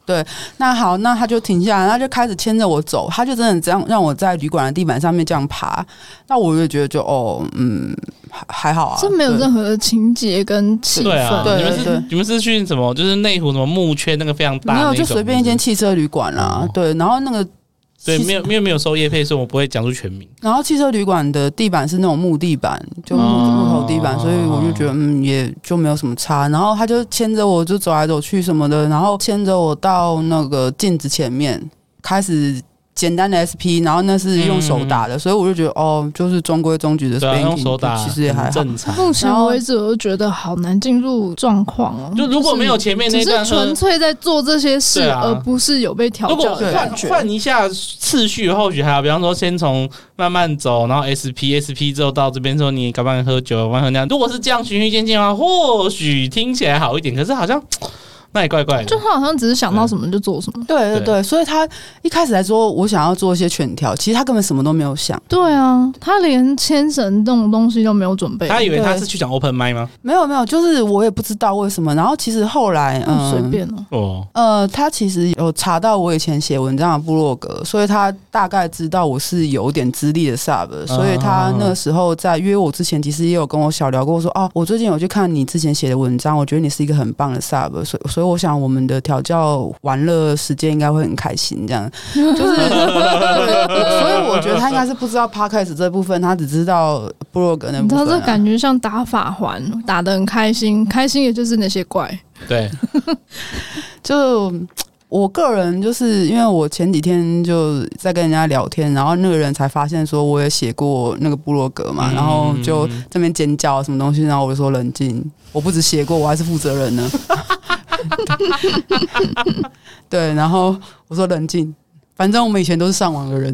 A: 那好，那他就停下来，他就开始牵着我走，他就真的这样让我在旅馆的地板上面这样爬。那我就觉得就哦，嗯，还还好啊，
C: 这没有
A: 对
C: 任何情节跟气
B: 对啊，
C: 氛，
A: 对
B: 你们
A: 对
B: 是你们是去什么？就是内湖什么木圈那个非常大，
A: 没有
B: 那
A: 就
B: 种
A: 随便
C: 嗯
A: 一间，汽车旅馆啦、
B: 哦
A: 对，然后那个
B: 对，
A: 汽
B: 没有没有没有收业配，所以我不会讲出全名。
A: 然后汽车旅馆的地板是那种木地板，就木、
B: 哦
A: 木头地板，所以我就觉得嗯，也就没有什么差。然后他就牵着我就走来走去什么的，然后牵着我到那个镜子前面开始。简单的 SP，然后那是用手打的，所以我就觉得哦，就是中规中矩的
B: 嗯对啊，用手
A: spanking，、
B: 打
A: 其实也还
B: 很
A: 好。
B: 正常。
C: 目前为止，我就觉得好难进入状况哦。
B: 就如果没有前面那
C: 只
B: 段
C: 是
B: 喝
C: 纯，粹在做这些事，
B: 对啊
C: 而不是有被调
B: 如果
C: 教的
B: 换
C: 感觉。
B: 换一下次序，或许还好。比方说，先从慢慢走，然后 SP SP 之后到这边之后，你赶快喝酒，赶快喝那样。如果是这样循序渐进的话，或许听起来好一点。可是好像那也怪怪的，
C: 就他好像只是想到什么就做什么。
A: 对
B: 对
A: 对对，所以他一开始来说我想要做一些犬条，其实他根本什么都没有想，
C: 对啊，他连牵绳这种东西都没有准备，
B: 他以为他是去讲 open m i 吗？
A: 没有没有，就是我也不知道为什么。然后其实后来，嗯，
C: 嗯随便哦。
B: 哦，
A: 呃，他其实有查到我以前写文章的部落格，所以他大概知道我是有点资历的 sub，所以他那个时候在约我之前，其实也有跟我小聊过说，哦，我最近有去看你之前写的文章，我觉得你是一个很棒的 sub，所以所以我想我们的调教玩乐时间应该会很开心，这样就是
B: <laughs>
A: 对，所以我觉得他应该是不知道 podcast 这部分，他只知道部落格那部分、
C: 他
A: 啊。
C: 这感觉像打法环，打得很开心，开心也就是那些 <laughs> 怪。
B: 对，
A: 就我个人就是因为我前几天就在跟人家聊天，然后那个人才发现说我也写过那个部落格嘛，
B: 嗯
A: 然后就这边尖叫什么东西，然后我就说冷静，我不止写过，我还是负责人呢。 <laughs> 对，然后我说冷静，反正我们以前都是上网的人，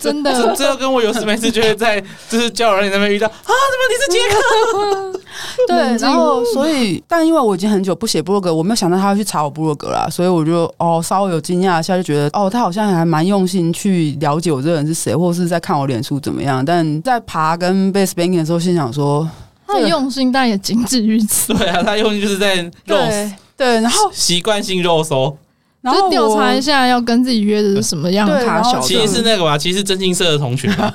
C: 真
B: 这
C: 的，
B: 这又跟我有事没事就会在就是交友软件那边遇到啊， <laughs> 怎么你是杰克？
A: 对，
C: 冷静
A: 然后所以，但因为我已经很久不写部落格，我没有想到他要去查我部落格啦，所以我就哦稍微有惊讶一下，就觉得哦他好像还蛮用心去了解我这个人是谁，或是在看我脸书怎么样。但在爬跟被 spanking 的时候，心想说
C: 他很用心，但也仅止于 <laughs> 此。
B: 对啊，他用意就是在肉
A: 对对，然后
B: 习惯性肉搜，
A: 然
C: 就
A: 后
C: 是调查一
A: 下，
C: 下要跟自己约的是什么样的
A: 对
C: 卡
A: 然后
C: 小
A: 好
C: 的，嗯
B: 其实是那个吧，其实是真心社的同学吧，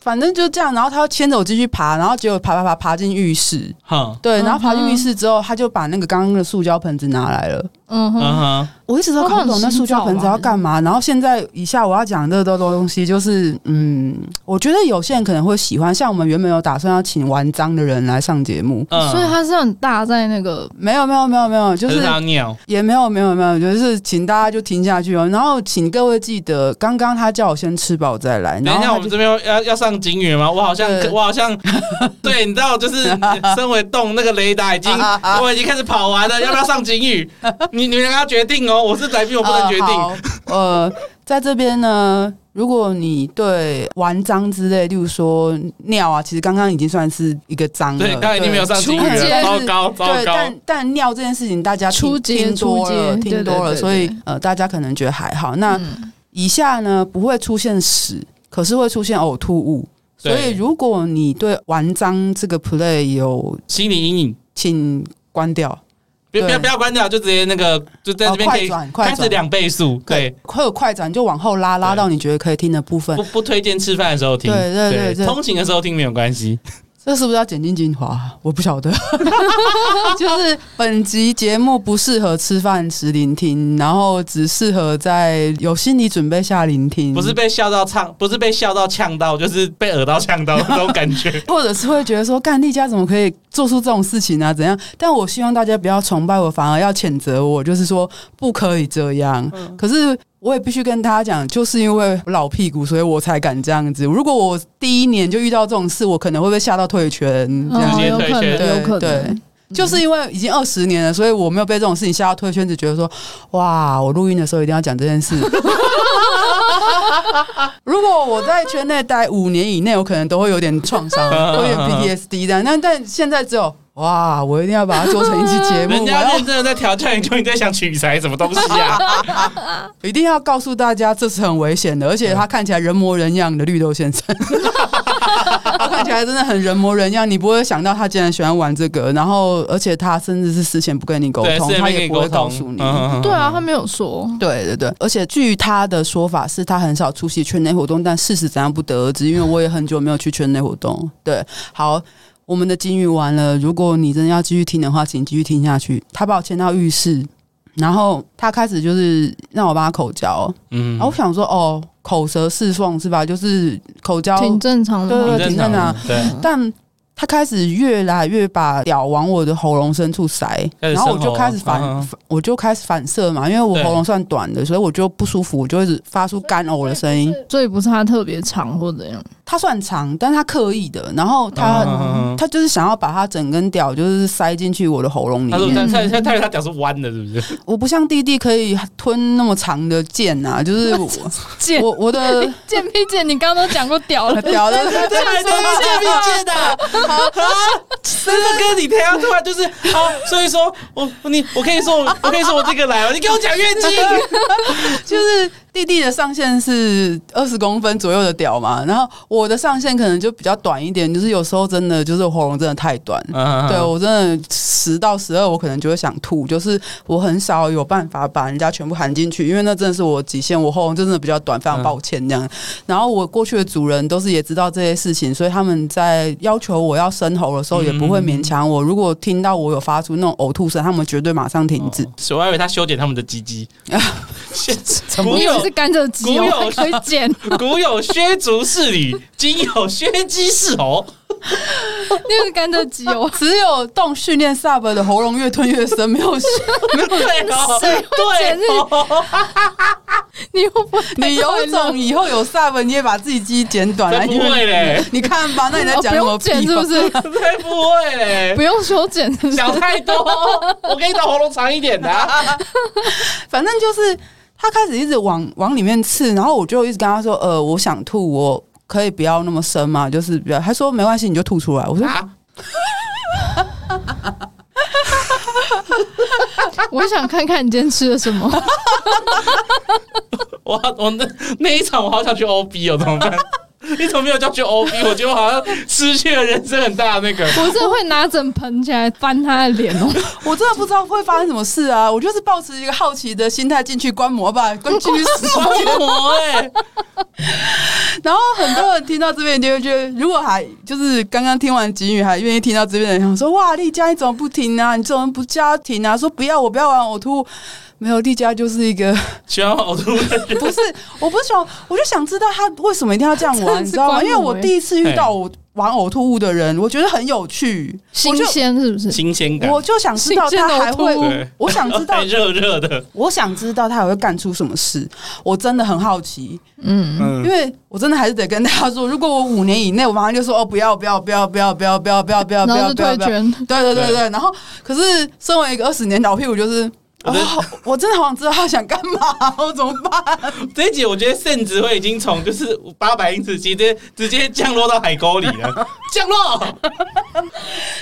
A: 反正就这样，然后他要牵着我继续爬，然后结果爬爬爬爬进浴室，
B: 哼，
A: 对，然后爬
C: 嗯
A: 进
C: 哼
A: 浴室之后，他就把那个刚刚的塑胶盆子拿来了。
C: 嗯
B: 嗯
C: 哼，
B: 哼，
A: 我一直都搞不懂那塑胶盆子要干嘛。然后现在以下我要讲的这多东西，就是嗯，我觉得有些人可能会喜欢，像我们原本有打算要请玩脏的人来上节目，
B: 嗯，
C: 所以他是很大在那个
A: 没有没有没有没有，就
B: 还
A: 是
B: 是他尿，
A: 也没有没有没有，就是请大家就听下去哦。然后请各位记得，刚刚他叫我先吃饱再来，然
B: 等一
A: 后
B: 下，
A: 他
B: 我
A: 就
B: 们这边要要要上警语吗？我好像
A: 对，
B: 我
A: <laughs>
B: 好像，对，你知道，就是身为动那个雷达已经
A: 啊啊，啊
B: 我已经开始跑完了，要不要上警语？
A: <laughs>
B: 你你们两个要决定哦，我是来宾，我不能决
A: 啊呃
B: 定。
A: 好呃，在这边呢，如果你对玩脏之类，例如说尿啊，其实刚刚已经算是一个脏了。
B: 对，刚才已经没有上
A: 嗯对
B: 金鱼
C: 初
B: 了，
C: 阶
B: 糟糕糟
A: 对，
B: 糕
A: 但。但尿这件事情大家
C: 初
A: 听
C: 阶
A: 听多了，
C: 初阶
A: 听多了，
C: 对对对
A: 所以
C: 对
A: 呃，大家可能觉得还好。那
C: 嗯
A: 以下呢不会出现屎，可是会出现呕吐物。所以
B: 对
A: 如果你对玩脏这个 play 有，
B: 心理阴影，
A: 请关掉，
B: 不要不
A: 对
B: 要不要关掉，就直接那个就在这边
A: 哦
B: 可
A: 快
B: 以
A: 转快
B: 开始
A: 转
B: 两倍速，对，
A: 会有快转就往后拉，拉
B: 对
A: 到你觉得可以听的部分
B: 不。不推荐吃饭的时候听，
A: 对对对对
B: 通勤的时候听没有关系。
A: 这是不是要剪进精华？我不晓得， <laughs> 就是本集节目不适合吃饭时聆听，然后只适合在有心理准备下聆听，
B: 不是被笑到呛，不是被笑到呛到，就是被耳到呛到那种感觉。
A: 或者是会觉得说，干丽家怎么可以做出这种事情啊？怎样？但我希望大家不要崇拜我，反而要谴责我，就是说不可以这样。
B: 嗯
A: 可是我也必须跟大家讲，就是因为老屁股，所以我才敢这样子。如果我第一年就遇到这种事，我可能会被吓到退圈。这样
B: 直
C: 哦，
B: 接
C: 有
B: 退
C: 可
B: 圈
A: 对
C: 能，有可
A: 对
C: 能，
A: 就是因为已经二十年了，所以我没有被这种事情吓到退圈，只觉得说，哇，我录音的时候一定要讲这件事。 <laughs> 如果我在圈内待五年以内，我可能都会有点创伤，有点
B: <laughs>
A: PTSD 这样。但但现在只有，哇，我一定要把它做成一期节目，
B: 人
A: 我
B: 家
A: 要
B: 认真的在调教你，就你在想取材什么东西
A: <laughs>
B: 啊？
A: 一定要告诉大家，这是很危险的，而且他看起来人模人样的绿豆先生， <laughs> 他看起来真的很人模人样，你不会想到他竟然喜欢玩这个，然后而且他甚至是事前不跟你沟
B: 对，
A: 通，
B: 是
A: 他
B: 没跟
A: 也
B: 你
A: 不会
B: 沟
A: 告
B: 通
A: 诉。
B: 嗯
A: 你。
B: 嗯嗯
C: 对啊，他没有说，
A: 对对对，而且据他的说法是，他很少出席圈内活动，但事实怎样不得而知，因为我也很久没有去圈内活动。对，好，我们的金鱼完了，如果你真的要继续听的话，请继续听下去。他把我牵到浴室，然后他开始就是让我帮他口交，
B: 嗯
A: 然后我想说，哦，口舌侍奉是吧？就是口交，
C: 挺正常的嘛。
A: 对
B: 啊
A: 挺正常的
B: 对，
A: 但。他开始越来越把屌往我的喉咙深处塞，
B: 开始
A: 然后我
B: 生
A: 就
B: 喉
A: 开始反
B: 嗯嗯
A: 我就开始反射嘛，因为我
B: 对
A: 喉咙算短的，所以我就不舒服，我就一直发出干呕的声音。
C: 所以不是他特别长或怎样，
A: 它算长，但它刻意的，然后它
B: 嗯嗯嗯嗯
A: 它就是想要把它整根屌就是塞进去我的喉咙里
B: 他说
A: 面。
B: 他他他他以为他屌是弯的，是不是？
A: 我不像弟弟可以吞那么长的剑啊，就是我
C: 贱
A: 我我的，
C: 贱逼贱，你刚刚都讲过屌
A: <laughs>
C: 了
A: 屌的剑
B: 见的， <laughs> 真的跟你谈突然 <laughs> 就是好，啊所以说我你我可以说我我可以说我这个来哦，你给我讲 <laughs> 月经，
A: 就是弟弟的上限是二十公分左右的屌嘛，然后我的上限可能就比较短一点，就是有时候真的就是我喉咙真的太短，
B: 嗯
A: 对我真的十到十二，我可能就会想吐，就是我很少有办法把人家全部含进去，因为那真的是我极限，我喉咙真的比较短，非
C: 嗯
A: 常抱歉这样。然后我过去的主人都是也知道这些事情，所以他们在要求我要生喉的时候，也不会
C: 嗯
A: 勉强我。如果听到我有发出那种呕吐声，他们绝对马上停止。
C: 哦
B: 所以我还以为他修剪他们的鸡 <laughs> 鸡，怎
C: 你以为是甘蔗鸡
B: 古
C: 哦，
B: 有
C: 还可以
A: <laughs>
C: 剪，
B: 古有削足适履，今有削鸡适 <laughs> 猴。
C: 那个甘蔗鸡哦，
A: <laughs> 只有动训练 sub 的喉咙越吞越深，没有
C: <laughs>
B: 对哦，对哦，
C: 你又不太
A: 你有种以后有 sub 你也把自己鸡剪短来，
B: 才不
A: 因
B: 会
A: 为
B: 嘞，
A: 你看啊吧，那你在
C: 哦
A: 讲什
C: 不
A: 么
C: 用
A: 屁
C: 剪是
A: 话
C: 不是？
B: 才 <laughs> 不会
A: <laughs>
B: 嘞
C: 不，用修剪是不是？
B: 想太多。我给你找喉咙长一点的啊， <laughs>
A: 反正就是他开始一直往往里面刺，然后我就一直跟他说：“呃，我想吐，我可以不要那么深嘛，就是不要。”他说：“没关系，你就吐出来。”我说
B: 啊
C: <laughs> 我想看看你今天吃了什
A: <laughs>
C: 么，
B: 我我那那一场我好想去 OB 哦，怎么办？你怎么没有叫我去 OB？我觉得我好像失去了人生很大 <laughs> 的那个。
C: 我是会拿整盆起来翻他的脸哦，：“
A: 我真的不知道会发生什么事啊！我就是抱持一个好奇的心态进去观摩吧， <laughs> 观进去死吧。
B: 观摩哎、
A: 然后很多人听到这边就会觉得，如果还就是刚刚听完吉语还愿意听到这边的人，想说：“哇，丽佳你怎么不停啊？你怎么不叫他停啊？说不要我不要玩，我吐。”没有，丽佳就是一个。
B: 喜 <laughs> 欢呕吐的人，
A: 不是，我不想，我就想知道他为什么一定要这样
C: 真的是欸
A: 玩，你知道吗？
C: 观
A: 因
C: 摩
A: 为我第一次遇到我玩呕吐物的人，我觉得很有趣，我
C: 新
A: 就
C: 鲜是不是？
B: 新鲜感，
A: 我就想知道
C: 新鲜
A: 他
C: 的
A: 还
C: 呕吐物
A: 会
B: 对， <laughs>
A: 我想知道
B: 还，热热的，
A: 我想知道他还会干出什么事，我真的很好奇，
C: 嗯，
B: 嗯
A: 因，为我真的还是得跟大家说，如果我五年以内，我马上就说哦，不要不要不要不要不要不要不要不要
C: 然
A: 不
C: 后
A: 要
C: 就
A: 不要
C: 退
A: 不要，
C: 圈，
A: 对对对
B: 对
A: 对，然后可是身为一个二十年老屁股，就是
B: 我
A: 我
B: 的
A: 好，我真的好想知道他想干嘛，我怎么办？
B: 这一集我觉得肾值会已经从就是八百英尺级直接直接降落到海沟里 <laughs> 了，降落。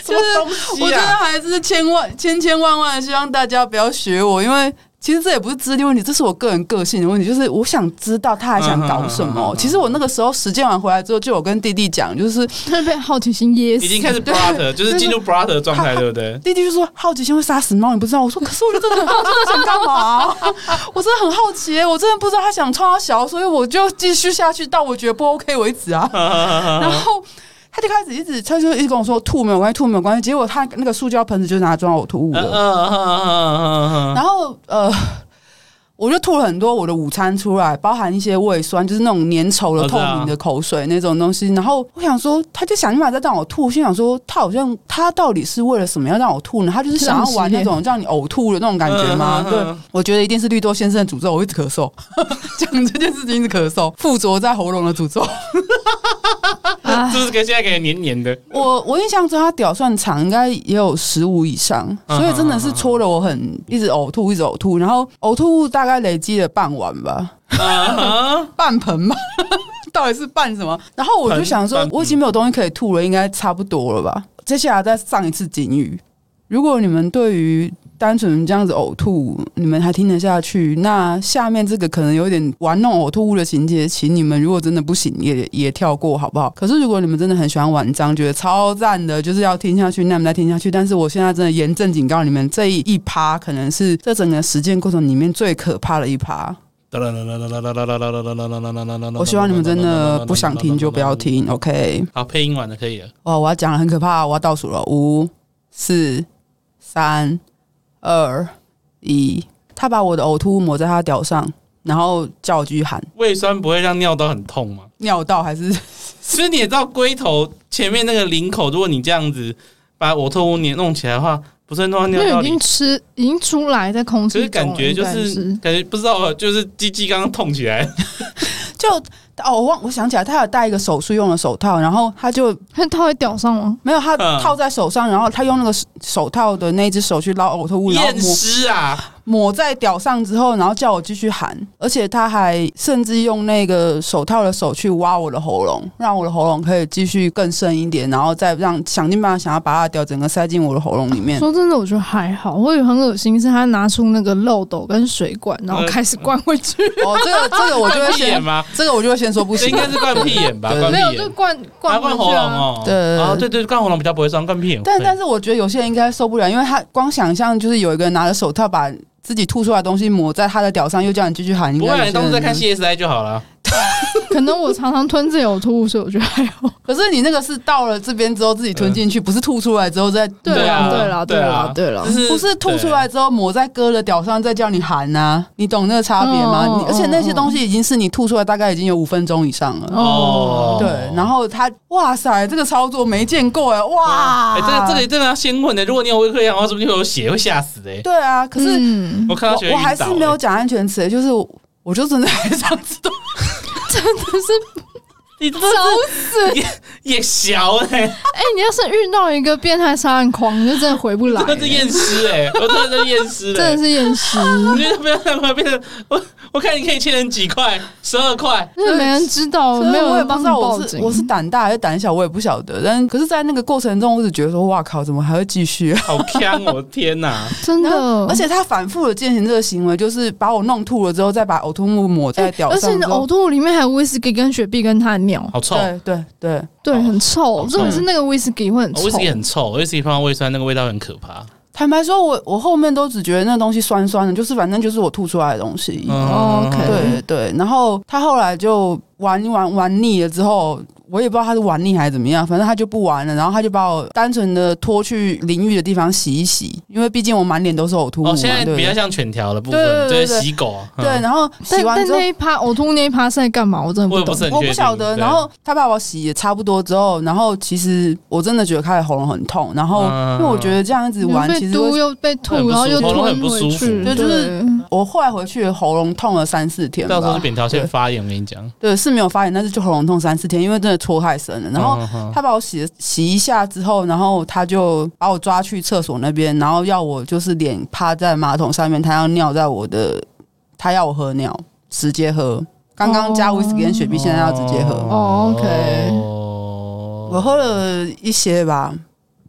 B: 什么东
A: 就是我
B: 西
A: 真的
B: 啊？
A: 还是千万千千万万地希望大家不要学我，因为。其实这也不是资历问题，这是我个人个性的问题。就是我想知道他还想搞什
B: 嗯嗯嗯
A: 么
B: 嗯。嗯
A: 其实我那个时候实践完回来之后，就有跟弟弟讲，就是
C: 会被好奇心噎死。
B: 已经开始 brother，就是进入 brother 状 <laughs> 态，对不对？
A: 弟弟就说：“好奇心会杀死猫，你不知道？”我说：“可是我就真的很我真的想干嘛？啊我真的很好奇耶，我真的不知道他想创小，所以我就继续下去到我觉得不 OK 为止啊。”然后他就开始一直，他就一直跟我说：“吐没有关系，吐没有关系。”结果他那个塑胶盆子就拿来装呕吐物
B: 嗯
A: 了。
B: 嗯嗯嗯嗯嗯
A: 然后呃，我就吐了很多我的午餐出来，包含一些胃酸，就是那种粘稠
B: 我
A: 的
B: 知
A: 透
B: 道
A: 明的口水那种东西。然后我想说，他就想办法在让我吐，心想说他好像他到底是为了什么要让我吐呢？他就是想要玩那种让你呕吐的那种感觉吗？
B: 嗯嗯嗯嗯
A: 对，我觉得一定是绿豆先生的诅咒，我一直咳嗽， <laughs> 讲这件事情一直咳嗽，附着在喉咙的诅咒。
B: 嗯，
C: 啊
B: 是，不是跟现在感觉黏黏的？
A: 我我印象中他屌算长，应该也有十五以上，
B: 嗯
A: 所以真的是戳了我很一直呕吐，一直呕吐，然后呕吐物大概累积了半碗吧，
B: 啊
A: 半盆吧， <laughs> 到底是半什么？然后我就想说
B: 盆半，
A: 我已经没有东西可以吐了，应该差不多了吧？接下来再上一次警语，如果你们对于单纯这样子呕吐，你们还听得下去？那下面这个可能有点玩弄呕吐物的情节，请你们如果真的不行，也也跳过好不好？可是如果你们真的很喜欢玩章，觉得超赞的，就是要听下去，那你们再听下去。但是我现在真的严正警告你们，这一趴可能是这整个实践过程里面最可怕的一趴。我希望你们真的不想听就不要。听，OK？
B: 好，配音完了，可以了。
A: 哇，我要讲了，很可怕，我要倒数了，五、四、三、二、一。他把我的呕吐物抹在他屌上，然后叫我继续喊
B: 胃酸不会让尿道很痛吗？
A: 尿道还是
B: 其实你也知道，龟头前面那个领口，如果你这样子把呕吐物粘弄起来的话，不是会弄到
C: 因
B: 尿
C: 为
B: 道
C: 已
B: 里
C: 经？吃，已经出来在空
B: 可
C: 气
B: 是
C: 中了，
B: 感觉就
C: 应该
B: 是感觉不知道，就是鸡鸡刚刚痛起来，
A: 就哦，我忘我想起来，他有戴一个手术用的手套，然后他就
C: 那它会屌上吗？
A: 没有他
B: 嗯
A: 套在手上，然后他用那个手手套的那一只手去捞呕吐物，然后
B: 验
A: 抹
B: 尸啊！
A: 抹在屌上之后，然后叫我继续喊，而且他还甚至用那个手套的手去挖我的喉咙，让我的喉咙可以继续更深一点，然后再让想尽办法想要把他的屌整个塞进我的喉咙里
C: <laughs>
B: 嗯
A: 面。
C: 说真的，我觉得还好。我以为很恶心，是他拿出那个漏斗跟水管，然后
B: 呃
C: 开始灌回去。
A: 哦，这个这个我就会
B: 屁眼
A: 先，
B: 吗？
A: 这个我就会先说不
B: 这
A: 行
B: 应。该是灌屁眼吧？
A: 对
C: <laughs>
B: 灌
C: 没
B: 屁
C: 有，
B: 眼
C: 就，灌
B: 啊
C: 灌回
B: 灌
C: 去
B: 喉咙
C: 啊。
B: 哦。
A: 对
B: 啊，对对，灌喉咙比较不会酸，灌屁眼会。
A: 但但是我觉得有些人应该受不了，因为他光想象就是有一个人拿着手套把自己吐出来的东西抹在他的屌上，又叫你继续喊，应
B: 不
A: 该
B: 会啊，
A: 有
B: 你
A: 些
B: 当时在
A: 人
B: 看 CSI 就好了。
C: 可能我常常吞自由吐，所以我觉得还好。
A: 可是你那个是到了这边之后自己吞进去，不是吐出来之后再
C: 对
B: 啊
C: 啦，对啦，
B: <laughs> 对
C: 对
B: 啊
C: 啦，对啦
B: 就。是
A: 不是吐出来之后抹在哥的屌上再叫你含呐、你懂那个差别吗？
C: 嗯
A: 你而且那些东西已经是你吐出来大概已经有五分钟以上了。
C: 哦，
B: 哦
A: 对，然后他，哇塞，这个操作没见过哎，哇，
B: 哎，这个这个真的要先问的，如果你有胃溃疡的话，说不定会有血，会吓死的欸。
A: 对啊，可是
C: 嗯
B: <laughs> 我看到血
A: 我我还是
B: 晕倒
A: 没有
B: 欸，
A: 讲安全词，哎就是我我就真的还想知道，
C: 真的是
B: 你这
C: 找死！
B: <laughs> 夜宵
A: <laughs>
B: 哎，
C: 哎，你要是遇到一个变态杀人狂，你就真的回不来
B: 真的是
C: 欸，
B: 验尸
A: <laughs>
B: 哎，我真的是验尸
C: 真的
B: 嘞。
C: 是厌食， <laughs>
B: 我觉得不要不要变成我，我看你可以切成几块，十二块。
C: 就是没人知道，哦没有
A: 我也
C: 人
A: 不
C: 帮
A: 知
C: 你
A: 道
C: 报
A: 我是
C: 警。
A: 我是胆大还是胆小，我也不晓得。但可是，在那个过程中，我只觉得说，哇靠，怎么还会继续、啊？
B: 好呛哦！天哪，
C: 真
A: 然后
C: 的，
A: 而且他反复的践行这个行为，就是把我弄吐了之后，再把呕吐物抹在屌
C: 哎而
A: 上之
C: 且
A: 后，
C: 你的呕吐物里面还有威士忌跟雪碧跟他的尿，
B: 好臭！
A: 对对对，
C: 对，很臭。
B: 好臭
C: 重
A: 嗯
C: 点是那个威士忌会很
B: 哦
C: 臭，
B: 威士忌很臭，威士忌碰到胃酸，那个味道很可怕。
A: 坦白说我，我后面都只觉得那东西酸酸的，就是反正就是我吐出来的东西。
B: 嗯
C: OK
A: 对对，然后他后来就玩一玩玩腻了之后，我也不知道他是玩腻还是怎么样，反正他就不玩了，然后他就把我单纯的拖去淋浴的地方洗一洗，因为毕竟我满脸都是呕吐物嘛，
B: 哦，现在
A: 对不啊
B: 比较
A: 对？
B: 像犬条的部分，
A: 对对
B: 就
A: 对
B: 是洗狗啊。嗯
A: 对，，然后洗
C: 但
A: 完
C: 但
A: 之后
C: 那。一趴呕吐那一趴是在干嘛？我真的
B: 我也不
C: 懂
B: 是。很
A: 我
B: 确
A: 不
B: 定
A: 晓得，
B: 对
A: 然后他把我洗也差不多之后，然后其实我真的觉得开始喉咙很痛，然后
B: 嗯
A: 因为我觉得这样子
C: 你
A: 玩
C: 被
A: 其实会
C: 嘟又被吐
B: 很，不
C: 然后
B: 舒
C: 又
B: 服喉咙很
C: 吞
B: 不舒
C: 回
B: 服
C: 去，
A: 对就是我后来回去喉咙痛了三四天吧，
B: 到时候是扁桃腺
A: 对
B: 发炎，我跟你讲。
A: 对，是没有发炎，但是就喉咙痛三四天，因为真的搓太深了。然后
C: 嗯
B: 后
A: 他把我洗洗一下之后，然后他就把我抓去厕所那边，然后要我就是脸趴在马桶上面，他要尿在我的，他要我喝尿，直接喝。刚刚加
C: 哦
A: 威士忌跟雪碧，现在要直接喝。
C: 哦，OK
A: 我
B: 我
A: 喝了一些吧，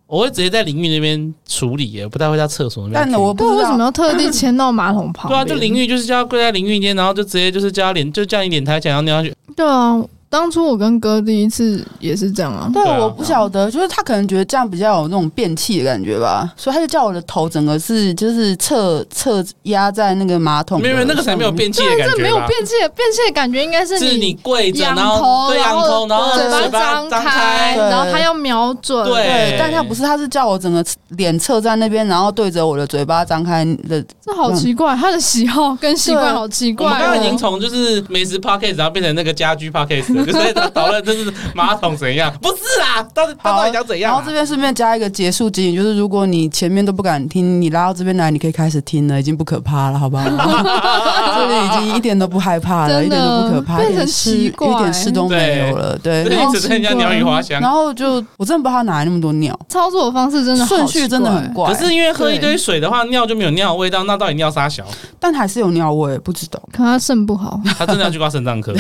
B: 我会直接在淋浴那边处理耶，不太会到厕所那边
A: 但
B: 去。
A: 我不
C: 对，
A: 知
C: 为什么
A: 道。
C: 要特地牵到马桶旁
B: 对啊，
C: 边？
B: 就淋浴就是叫他跪在淋浴间，然后就直接就是叫他脸，就叫你脸抬起来，然后尿下去。
C: 对啊，当初我跟哥第一次也是这样啊。
A: 对
B: 对，啊
A: 我不晓得，就是他可能觉得这样比较有那种便器的感觉吧，所以他就叫我的头整个是就是侧侧压在那个马桶的
B: 没
A: 上面。
B: 有没有，那个才没有便器的感
C: 这
B: 觉
C: 没有
B: 吧
C: 变气的，变气的感觉应该是
B: 是你
C: 你
B: 跪着，
C: 仰
B: 然后
C: 头，
B: 对仰头，然后
A: 然后
B: 嘴
C: 嘴
B: 巴
C: 张
B: 张
C: 开，
A: 对
C: 然后他要瞄准。
B: 对
A: 对，但他不是，他是叫我整个脸侧在那边，然后对着我的嘴巴张开的。
C: 这好奇怪，他的喜好跟习惯好奇
B: 我们
C: 怪
B: 刚刚已经
C: 哦。
B: 从就是美食 podcast，然后变成那个家居 podcast，了就是 <laughs> 在讨论这是马桶怎样，不是啊？到底到底想怎
A: 然
B: 样
A: 后
B: 啊？
A: 这边顺便加一个结束警语，就是如果你前面都不敢听，你拉到这边来，你可以开始听了，已经不可怕了，好不
B: <laughs>
A: 好？这里已经一点都不害怕了，
C: 真的
A: 一点都不可怕，
C: 变
A: 一
C: 成
A: 点事
C: 奇怪
A: 一点事都没有了。对，
B: 对，
A: 然后
B: 一直在人
C: 啊
B: 家鸟语花香。
A: 然后就我真的不知道他哪来那么多尿，
C: 操作方式真的好
A: 顺序真的很
C: 奇怪，
A: 怪，
B: 可是因为喝一堆水的话，尿就没有尿的味道，那到底尿啥小？
A: 但还是有尿味，不知道。
C: 可他肾不好。
B: 他真的要去挂肾
C: <laughs>
B: 脏科，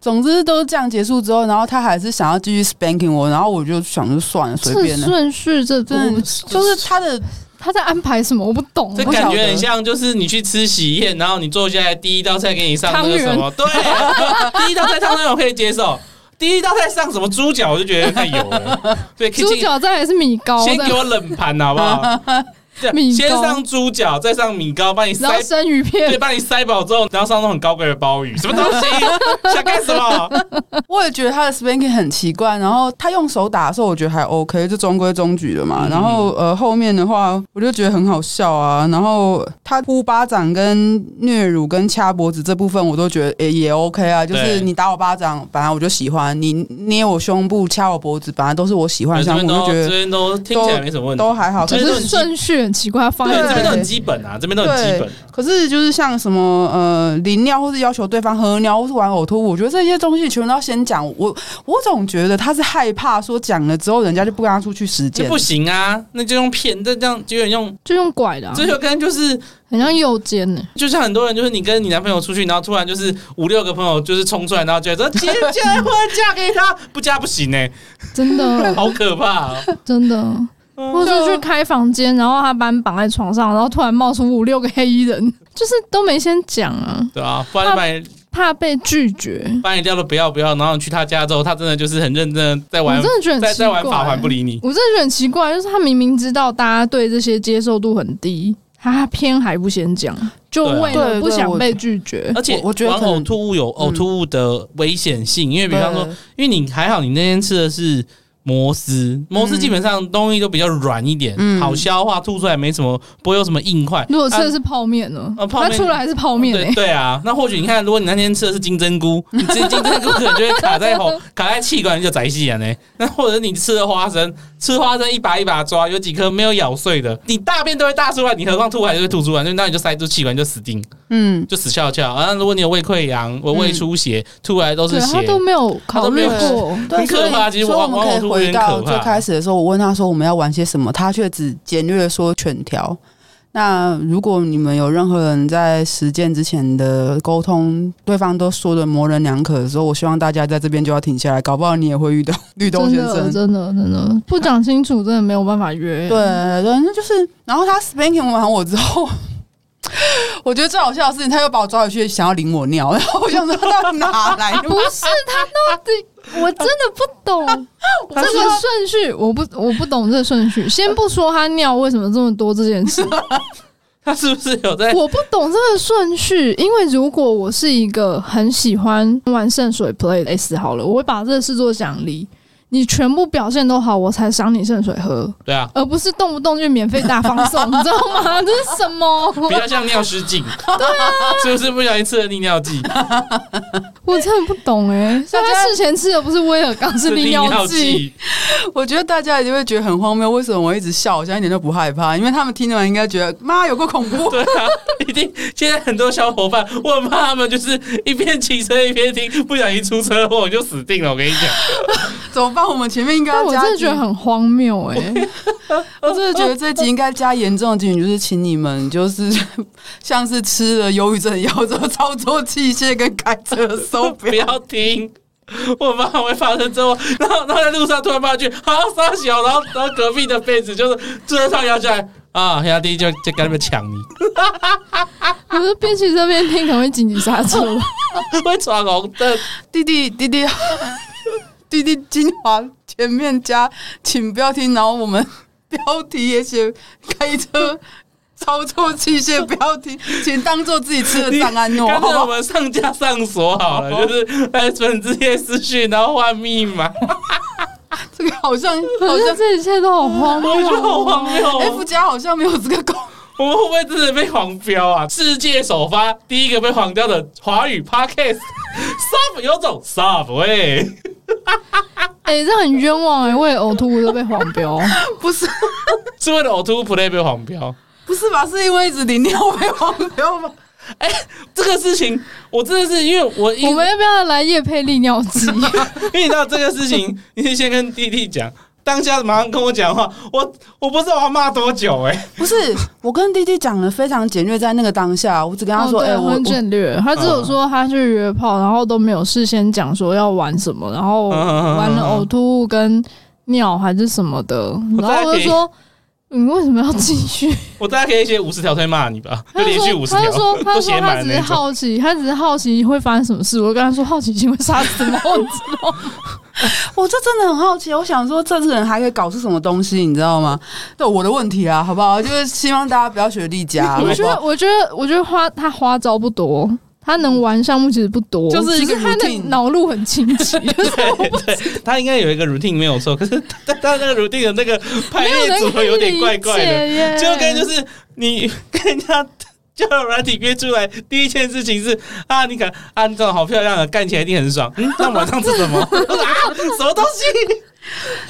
A: 总之都是这样结束之后，然后他还是想要继续 spanking 我，然后我就想就算了，随
C: 这
A: 便了。
C: 顺序这
A: 真
C: 我
A: 的
C: 不
A: 就是他的
C: 他在安排什么？我不懂
B: 这
A: 不
B: 感
A: 晓
B: 觉
A: 得
B: 很像就是你去吃喜宴，然后你坐下来第一道菜给你上那个什么，对，啊
C: <laughs>
B: 第一道菜汤圆我可以接受，第一道菜上什么猪脚我就觉得太油了，
C: <laughs>
B: 对，可以
C: 猪
B: 请
C: 脚再来是米糕
B: 先
C: 的
B: 给，我冷盘好不好？
C: <laughs>
B: 对
C: 米糕
B: 先上猪脚，再上米糕，帮你
C: 然
B: 塞
C: 后，生鱼
B: 对，
C: 片，
B: 帮你塞饱之后，然后上那种很高贵的鲍鱼，什么东西？
C: <laughs>
B: 想干什么？
A: 我也觉得他的 spanking 很奇怪，然后他用手打的时候，我觉得还 OK，就中规中矩的嘛。
B: 嗯
A: 然后呃，后面的话我就觉得很好笑啊。然后他呼巴掌、跟虐乳、跟掐脖子这部分，我都觉得也、也 OK 啊。就是
B: 对
A: 你打我巴掌，本来我就喜欢；你捏我胸部、掐我脖子，本来都是我喜欢的
B: 这
A: 项
B: 边
A: 目，我
B: 都
A: 就觉
B: 这
A: 得
B: 边都听起来没什么问题，
A: 都还好。
B: 这
A: 可
C: 只
A: 是
B: 边都
C: 是顺
B: 很
C: 序很奇怪，放
B: 对，哦这边
A: 对
B: 都很基本啊，这边都很基本。
A: 可是就是像什么呃淋尿，或是要求对方喝尿，或是玩呕吐物，我觉得这些东西全部都要先讲。我我总觉得他是害怕说讲了之后，人家就不跟他出去实
B: 就
A: 践
B: 不。行啊，那就用骗，这这样就有点用，
C: 就用拐的啊，
B: 这就跟就是
C: 很像右肩呢。
B: 就像很多人就是你跟你男朋友出去，然后突然就是五六个朋友就是冲出来，然后觉得结结婚嫁给他，不嫁不行呢，
C: 真的，
B: 好可怕哦。
C: 真的。或者去开房间，然后他把你绑在床上，然后突然冒出五六个黑衣人，就是都没先讲啊，
B: 对啊，不然把
C: <laughs>
B: 你
C: 怕被拒绝。
B: 把你掉的不要不要，然后你去他家之后，他真的就是很认真的在
C: 我
B: 玩
C: 真，的觉得
B: 在
C: 很奇
B: 在
C: 怪
B: 玩，法环不理你。
C: 我真的觉得很奇怪，就是他明明知道大家对这些接受度很低，他偏还不先讲，就为
A: 对啊
C: 了
A: 对
C: 不想
A: 我呃
C: 被拒绝。
B: 而且
A: 我我觉得
B: 玩
A: 可能
B: 呕吐物有呕吐物的危险性，因为比方说，
A: 对
B: 因为你还好，你那天吃的是摩斯，摩
C: 嗯
B: 斯基本上东西都比较软一点，
A: 嗯
B: 好消化，吐出来没什么，不会有什么硬块。
C: 如果吃的
A: 呃
B: 啊
C: 是泡面呢？
B: 啊泡面
C: 那出来还是泡面欸
B: 对
C: 呢？
B: 对啊，那或许你看，如果你那天吃的是金
C: <laughs>
B: 针菇，你吃金针菇可能就会卡在喉、卡在气管，你就窄气啊眼呢。那或者你吃了花生，吃花生一把一把抓，有几颗没有咬碎的，你大便都会大出来，你何况吐还是会吐出来，那那你就塞住气管，你就死定，
A: 嗯，
B: 就死翘翘。啊，如果你有胃溃疡、我胃出血，吐来都是
C: 嗯对
B: 血
C: 他，都没有考虑
A: 他都没
C: 过，
A: 对啊
B: 很可怕
A: 所以
B: 其实
A: 所以
B: 玩
A: 我们可
B: 玩呕吐
A: 以
B: 物有
A: 回
B: 点
A: 到
B: 可怕
A: 最开始的时候，我问他说我们要玩些什么，他却只简略的说犬条。那如果你们有任何人在实践之前的沟通，对方都说的模棱两可的时候，我希望大家在这边就要停下来，搞不好你也会遇到绿豆
C: 真
A: 先
C: 的
A: 生。
C: 真的
A: <laughs>
C: 真的不讲清楚，真的没有办法约。啊
A: 对对，那就是，然后他 spanking 完我之后。 <laughs> 我觉得最好笑的事情，他又把我抓回去，想要淋我尿，然后我想说到底哪来的？
C: 不是他到
A: <laughs>
C: 底，我真的不懂这个顺序，我不我不懂这个顺序。先不说他尿为什么这么多这件事，
B: <laughs> 他是不是
C: <laughs>
B: 有在？
C: 我不懂这个顺序，因为如果我是一个很喜欢玩圣水 play 的 S 好了，我会把这个视作奖励。你全部表现都好，我才赏你圣水喝，
B: 对啊，
C: 而不是动不动就免费大放送，你知道吗？ <laughs> 这是什么？
B: 比较像尿失禁，
A: 啊
B: 是不是不小心吃了利尿剂？
C: 我真的不懂哎、所以
A: 大
C: 他
A: 家
C: 事前吃的不是威尔刚，是利尿剂。，
A: 我觉得大家一定会觉得很荒谬，为什么我一直笑？我现在一点都不害怕，因为他们听完应该觉得妈有个恐怖。
B: 对啊，一定现在很多小伙伴，我很怕他们就是一边骑车一边听，不小心出车祸我就死定了。我跟你
A: <laughs>
B: 讲，
A: 怎么办？我们前面应该
C: 但
A: 要
C: 我
A: 加，
C: 真的觉得，很荒谬哎、
A: 我
C: <laughs>
A: 真的觉得这集应该加严重的警语，就是请你们就是 <laughs> 像是吃了忧郁症药之后，操作器械跟开车的时候不
B: 不
A: 要
B: 要听。我妈会发生车祸，然后然后在路上突然发觉，啊，傻小，然后然后隔壁的被子就是车上摇起来啊，下弟就就跟他
A: <laughs>
B: 们抢你，
C: 可是边骑车边听，可能会紧急刹
B: <laughs>
C: 车。
B: 会闯红灯。
A: 弟弟弟弟 <laughs> 弟弟精华前面加，请不要听。然后我们标题也写开车操作器械标题，请当做自己吃的赞安诺。
B: 刚
A: 好
B: 才
A: 不
B: 我
A: 好
B: 们上架上锁好
A: <laughs>
B: 了，就是来存这些私讯，然后换密码，
A: 这个好 <laughs> 像好
C: 可是
A: 像
C: 这一切都好荒
B: <laughs> 我觉得
C: 谬。
B: 好荒
C: <laughs>
B: 谬
C: 哎
B: 哦。
A: F 加好像没有这个功
B: 我们会不会真的被黄标啊？世界首发第一个被黄标的华语 podcast <laughs> sub 有种 sub 喂、 <laughs>
C: 哎、这很冤枉哎、为了呕吐物都被黄标。
A: 能， <laughs> 不是
B: 是为了呕吐 play 被黄标。
A: 不是吧？是因为一直淋尿被黄标吗？
B: 哎、这个事情我真的是因为我一
C: 我
B: <laughs>
C: 们要不要来夜配利尿机？
B: 遇到这个事情，你先跟弟弟讲，当下马上跟我讲话，我我不知道我要骂多久哎、
A: 不是，我跟弟弟讲的非常简略，在那个当下，我只跟他说：“
C: 哦
A: 哎、
C: 对
A: 我
C: 很
A: 我
C: 简略。他只有说他去约炮，然后都没有事先讲说要玩什么，然
B: 嗯
C: 后玩了呕吐物跟尿还是什么的，然后我就说。你为什么要继
B: <laughs>
C: 续？
B: 我大概可以写五十条推骂你吧，
C: 他就
B: 连续五
C: 说，
B: 十
C: 他
B: 条
C: 就说，他
B: <laughs> 都
C: 就
B: 写
C: 说，
B: 满
C: 他
B: 了
C: 只是
B: 那种。
C: 好奇，他只是好奇会发生什么事。我跟他说，好奇心会杀死猫，
B: <laughs>
A: 我这真的很好奇，我想说这次人还可以搞出什么东西，你知道吗？对，我的问题啊，好不好？就是希望大家不要学丽佳，
C: <laughs>
A: 好不
C: 我觉得，
A: 好？
C: 我觉得，我觉得花他花招不多，他能玩项目其实不多，
A: 就是一
C: 只
A: 个
C: 是他的
A: routine
C: 脑路很清
B: <laughs>
C: 晰，就是
B: 对对，他应该有一个 routine 没有错，可是他他那个 routine 的那个排
C: 没有
B: 列
C: 人
B: 组合
C: 可以
B: 有点怪怪的，
C: 理解耶
B: 就跟就是你 <laughs> 跟人家交友软体约出来，第一件事情是啊，你看啊，你长得好漂亮啊，干起来一定很爽。嗯，那晚上吃什么啊？什么东西？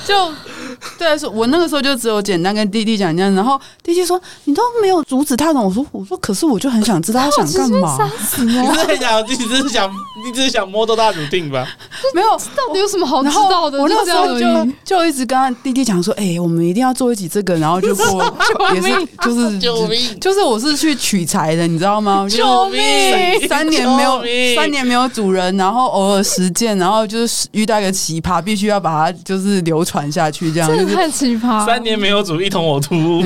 A: 就 <laughs> 对，说我那个时候就只有简单跟弟弟讲这样，然后弟弟说你都没有阻止他的，我说我说可是我就很想知道他想干嘛，
C: 杀死啊猫
B: 你。是很想，你只是想，你只是想摸到他 routine 吧？
A: 没
C: <laughs>
A: 有。
C: 到底有什么哦好知
A: 然后
C: 道的？
A: 我那个
C: 就这
A: 时
C: 样
A: 候
C: 而
A: 就
C: 已。
A: 就一直跟他弟弟讲说，哎、我们一定要做一集这个，然后
C: <laughs>
A: 就过也是就是
B: 救命
A: 就是我是去取材的，你知道吗？就是
B: 救命
A: 三年没有
B: 救命
A: 三年没有主人，然后偶尔实践，然后就是遇到一个奇葩，必须要把它就是流传下去，这样
C: 真
A: 就
C: 的
A: 是
C: 太奇葩了！
B: 三年没有煮一桶呕吐物，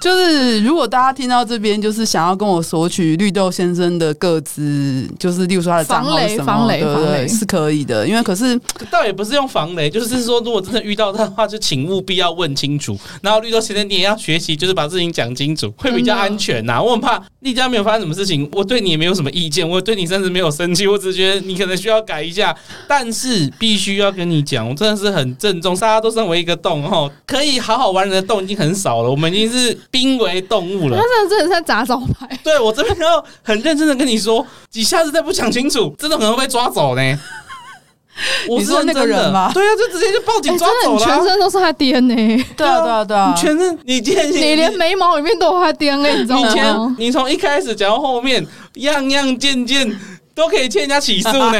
A: 就是如果大家听到这边，就是想要跟我索取绿豆先生的个资，就是例如说他的账号是什么
C: 防
A: 的，
C: 雷
A: 对
C: 防雷
A: 不
C: 防
A: 对？
C: 雷
A: 是可以的，因为可是
B: 倒也不是用防雷， <laughs> 就是说，如果真的遇到他的话，就请务必要问清楚。然后绿豆先生，你也要学习，就是把事情讲清楚，会比较安全呐、我很怕丽佳没有发生什么事情，我对你也没有什么意见，我对你甚至没有生气，我只是觉得你可能需要改一下。但是必须要跟你讲，我真的是很郑重，大家都身为一个动哦，可以好好玩人的动已经很少了，我们已经是濒危动物了
C: 他。真的真的是在砸招牌，
B: 对我这边要很认真的跟你说，你下次再不讲清楚，真的可能会被抓走呢。我
A: 你
B: 是
A: 说那个
B: 认真的
A: 人吗
B: 对啊，就直接就报警
C: 哎真
B: <laughs> 抓
C: 的
B: 走
C: 你
B: 了
C: 全
B: 啊。
C: 身都是他 DNA，
A: 对啊对啊对啊
B: <laughs> 你，全身，你今天
C: 你连眉毛里面都有他 DNA，你知道
B: 你
C: 吗
B: 前？你从一开始讲到后面，样样件件都可以欠人家起诉呢。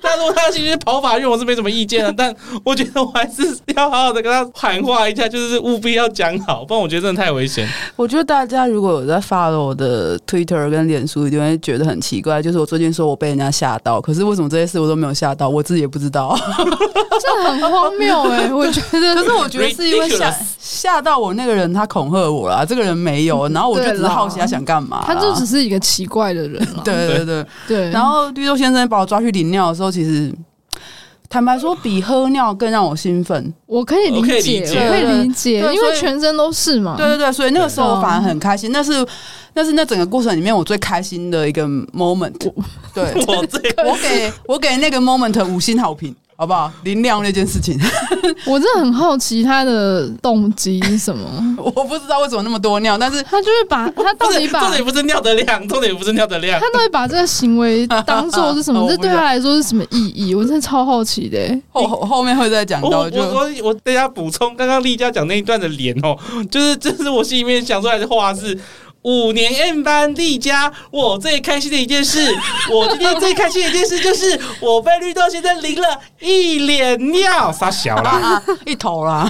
B: 但如果他其实跑法院，我是没什么意见的，但我觉得我还是要好好的跟他喊话一下，就是务必要讲好，不然我觉得真的太危险。
A: 我觉得大家如果有在 follow 我的 Twitter 跟脸书，一定会觉得很奇怪。就是我最近说我被人家吓到，可是为什么这些事我都没有吓到，我自己也不知道。
C: 这很荒谬哎！我觉
A: <laughs> 可
B: <laughs>
C: 得
A: 是我觉得是因为吓
B: Ridiculous
A: <laughs> 吓到我那个人，他恐吓我啦，这个人没有，然后我就只是好奇他想干嘛啦。
C: 他就只是一个奇怪的人
B: <laughs>
C: 了。
A: 对对对。
C: 对，
A: 然后绿豆先生把我抓去领尿的时候，其实坦白说，比喝尿更让我兴奋。
C: 我可以理解，
B: 我可以理解
C: 我可以理解，
A: 对
C: 因
A: 所
C: 为
A: 以
C: 全身都是嘛。
A: 对对对，所以那个时候我反而很开心，那是那是那整个过程里面我最开心的一个 moment。对，
B: 我这
A: 我给我给那个 moment 五星好评，好不好？林亮那件事情，。
C: 我真的很好奇他的动机是什么
A: 我不知道为什么那么多尿，但是
C: 他就是把他到
B: 不
C: 底
B: 是
C: 把
B: 重点不是尿的量，重点不是尿的量
C: 他。到底把这个行为当做是什
A: <laughs> 我
C: 么？
A: 不知
C: 这
A: 道
C: 对他来说是什么意义？我真的超好奇的、欸。
A: 后后后面会再讲
B: 我
A: 到
B: 哦我
A: 就。
B: 我我等一下补充，刚刚丽佳讲那一段的脸哦，就是这是我心里面想出来的话是，五年 M 班丽佳，我最开心的一件事，我今天最开心的一件事就是我被绿豆先生淋了一脸尿，傻小啦，
A: 啊，一头啦，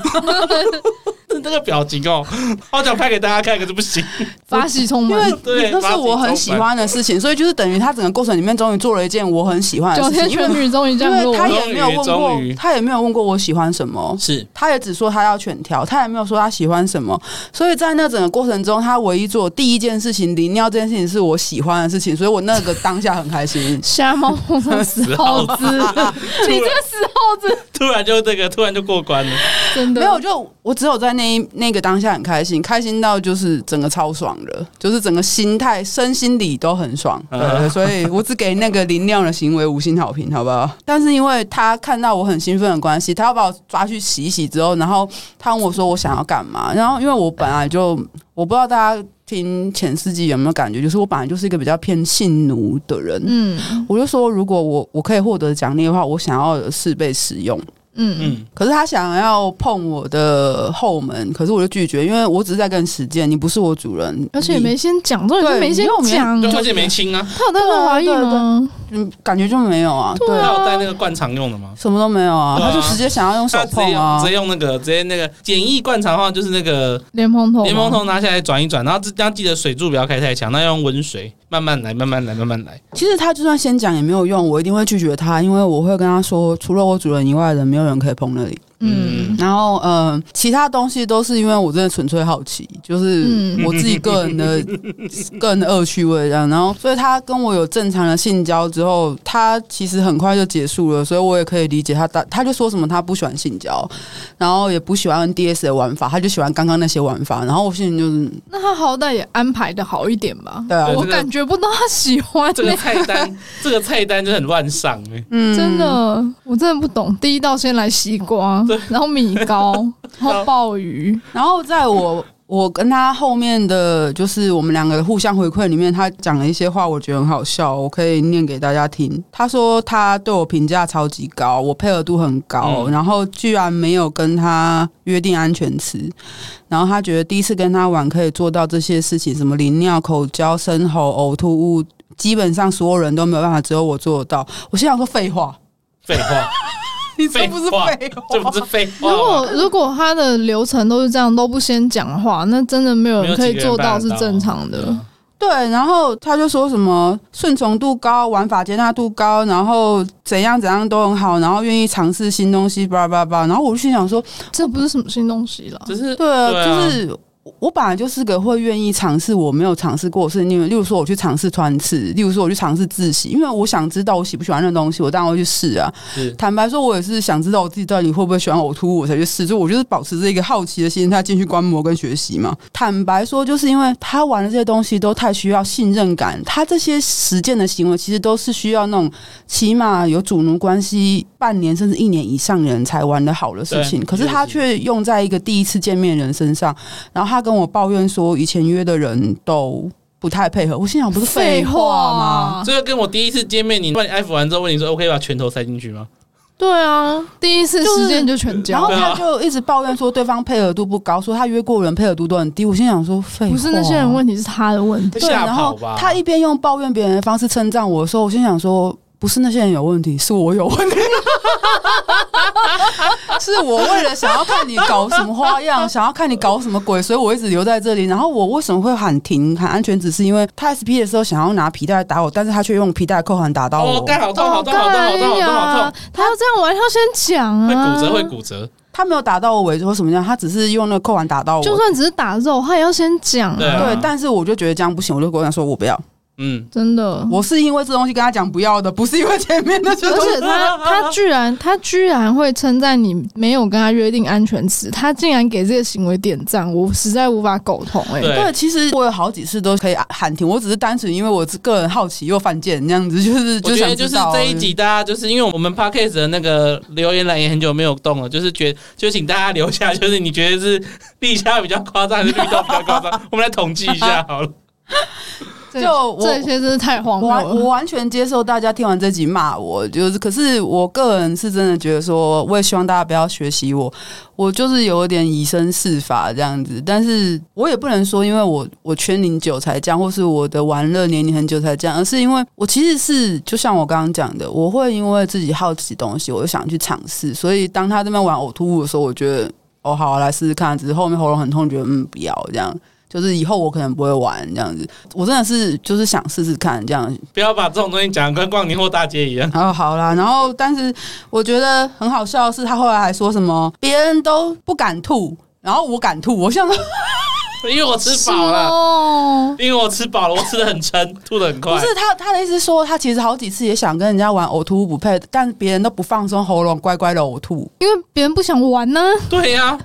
B: 这个表情哦，好想拍给大家看，可是不行。
C: 法喜充
A: 因
C: 满
A: 为。
B: <laughs> 对
A: 都是我很喜欢的事情，所以就是等于他整个过程里面终于做了一件我很喜欢的
C: 九
A: 事情，
C: 天
A: 因为
C: 玄女终于降
A: 因
C: 落
A: 为他
C: 了，。
A: 也没有问
B: 终
A: 过
B: 于，
A: 他也没有问过我喜欢什么，
B: 是
A: 他也只说他要犬条，他也没有说他喜欢什么。所以在那整个过程中，他唯一做的第一件事情淋尿这件事情是我喜欢的事情，所以我那个当下很开心
C: 瞎猫碰上死耗
A: <laughs>
C: 子， <laughs> 你这个死耗子，
B: 突然就这个，突然就过关了。
C: 真的
A: 没有，就我只有在那一那个当下很开心，开心到就是整个超爽的，就是整个心态、身心里都很爽。对
B: 嗯
A: 所以我只给那个淋尿的行为五星好评，好不好？但是因为他看到我很兴奋的关系，他要把我抓去洗一洗之后，然后他问我说我想要干嘛，然后因为我本来就我不知道大家听前四季有没有感觉，就是我本来就是一个比较偏性奴的人，
C: 嗯
A: 我就说如果我我可以获得奖励的话，我想要的是被使用。
C: 嗯
B: 嗯，
A: 可是他想要碰我的后门，可是我就拒绝，因为我只是在跟你实践，你不是我主人，
C: 而且也
A: 你
C: 没先讲，重点
A: 对
C: 是没先
A: 你又没
C: 讲，
B: 对，
C: 他
B: 而且没清啊，
C: 有带过华裔吗？
A: 嗯感觉就没有啊，对
C: 对
B: 他
C: 啊
B: 有带那个灌肠用的吗？
A: 什么都没有啊，
B: 对啊
A: 他就直接想要用手
B: 他直接
A: 碰
B: 用
A: 啊
B: 直，接用那个直接那个简易灌肠的话，就是那个
C: 莲蓬头吗，
B: 莲蓬头拿下来转一转，然后要记得水柱不要开太强，那要用温水，慢慢来，慢慢来，慢慢来。
A: 其实他就算先讲也没有用，我一定会拒绝他，因为我会跟他说，除了我主人以外的人，没有人可以碰那里。
C: 嗯，
A: 然后，嗯、其他东西都是因为我真的纯粹好奇，就是
C: 嗯
A: 我自己个人
C: <laughs>
A: 的、个人的恶趣味这样。然后，所以他跟我有正常的性交之后，他其实很快就结束了，所以我也可以理解他。他他就说什么他不喜欢性交，然后也不喜欢 NDS 的玩法，他就喜欢刚刚那些玩法。然后我心里就是，
C: 那他好歹也安排的好一点吧。
A: 对啊
B: 对，
C: 我
B: 这个
C: 感觉不到他喜欢
B: 这个
C: 欸
B: 菜单，这个菜单就很乱上哎、
A: 嗯
C: 真的，我真的不懂。第一道先来西瓜，然后米糕，然后鲍鱼，
A: 然后在我我跟他后面的就是我们两个互相回馈里面，他讲了一些话，我觉得很好笑，我可以念给大家听。他说他对我评价超级高，我配合度很高，
B: 嗯
A: 然后居然没有跟他约定安全词，然后他觉得第一次跟他玩可以做到这些事情，什么淋尿、口交、生喉、呕吐物。基本上所有人都没有办法，只有我做得到。我心想说废话，
B: 废话，
A: 你这不是
B: 废话
A: 废
B: 这不
A: 话
B: 是？废
C: 如
B: 话吗。
C: 果如果他的流程都是这样，都不先讲的话，那真的没有
B: 没有
C: 人
B: 几个
C: 可
B: 人
C: 以做到是
B: 办得到
C: 正常的。
A: 对，然后他就说什么顺从度高、玩法接纳度高，然后怎样怎样都很好，然后愿意尝试新东西，叭叭叭。然后我就心想说，
C: 这不是什么新东西了。
B: 只是
A: 对啊，
B: 对啊
A: 就是我我本来就是个会愿意尝试我没有尝试过的事情，因为例如说我去尝试穿刺，例如说我去尝试自习，因为我想知道我喜不喜欢那东西，我当然会去试啊。
B: 是
A: 坦白说，我也是想知道我自己到底会不会喜欢呕吐物，我才去试。所以我就是保持着一个好奇的心态进去观摩跟学习嘛。坦白说，就是因为他玩的这些东西都太需要信任感，他这些实践的行为其实都是需要那种起码有主奴关系半年甚至一年以上的人才玩得好的事情。
B: 对
A: 可是他却用在一个第一次见面的人身上，然后他跟我抱怨说，以前约的人都。不太配合，我心想不是废话吗？
B: 这个跟我第一次见面，你把你 F 完之后问你说 OK 把拳头塞进去吗？
C: 对啊，第一次时间就全
A: 然
C: 交，
A: 后
B: 对
A: 他
B: 啊
A: 就一直抱怨说对方配合度不高，说他约过人配合度都很低。我心想说，废话，
C: 不是那些人问题，是他的问题。
A: 对，
B: 吓
A: 然
B: 跑
A: 后
B: 吧。
A: 他一边用抱怨别人的方式称赞我的时候，我心想说，不是那些人有问题，是我有问题， <laughs> 是我为了想要看你搞什么花样，想要看你搞什么鬼，所以我一直留在这里。然后我为什么会喊停喊安全指示？因为他 SP 的时候想要拿皮带打我，但是他却用皮带扣环打到我。
B: 哦，干好痛，好痛，好痛，好痛，好痛，好
C: 呀
B: 痛，，
C: 他要这样玩，他要先讲
B: 会
C: 啊，
B: 骨折，会骨折。
A: 他没有打到我尾椎或什么样，他只是用那个扣环打到我。
C: 就算只是打肉，他也要先讲
B: 对
C: 啊，
B: 啊
A: 对，但是我就觉得这样不行，我就跟他说我不要。
B: 嗯，
C: 真的。
A: 我是因为这东西跟他讲不要的，不是因为前面那些
C: 而
A: 东西。
C: 且他他居然他居然会称赞你没有跟他约定安全词，他竟然给这个行为点赞，我实在无法苟同哎、
B: <laughs> 对
A: 对，其实我有好几次都可以喊停，我只是单纯因为我个人好奇又犯贱那样子，就是
B: 我
A: 就
B: 觉
A: 想嗯
B: 得就是这一集，大家就是因为我们 podcast 的那个留言栏也很久没有动了，就是觉就请大家留下，就是 <laughs> 你 <laughs> 觉得是立夏比较夸张还是绿豆比较夸张？我们来统计一下好了。
C: 这
A: 就我
C: 这些真是太荒
A: 我
C: 谬
A: 完我
C: 了。
A: 完全接受大家听完这集骂我，就是，可是我个人是真的觉得说，我也希望大家不要学习我，我就是有一点以身试法这样子，但是我也不能说，因为我我圈龄久才这样，或是我的玩乐年龄很久才这样，而是因为我其实是就像我刚刚讲的，我会因为自己好奇东西，我就想去尝试，所以当他这边玩呕吐物的时候，我觉得哦好、啊、来试试看，只是后面喉咙很痛，觉得嗯不要这样。就是以后我可能不会玩这样子，我真的是就是想试试看这样，
B: 不要把这种东西讲得跟逛年货大街一样。 <laughs>
A: 然后好啦，然后但是我觉得很好笑的是，他后来还说什么别人都不敢吐，然后我敢吐，我想说
B: 因为我吃
C: 是
B: 饱了，
C: 哦，
B: 因为我吃饱了，我吃的很撑，吐的很快
A: 不。是他他的意思是说，他其实好几次也想跟人家玩呕吐物不配，但别人都不放松喉咙，乖乖的呕吐。
C: 因为别人不想玩呢、
B: 对呀、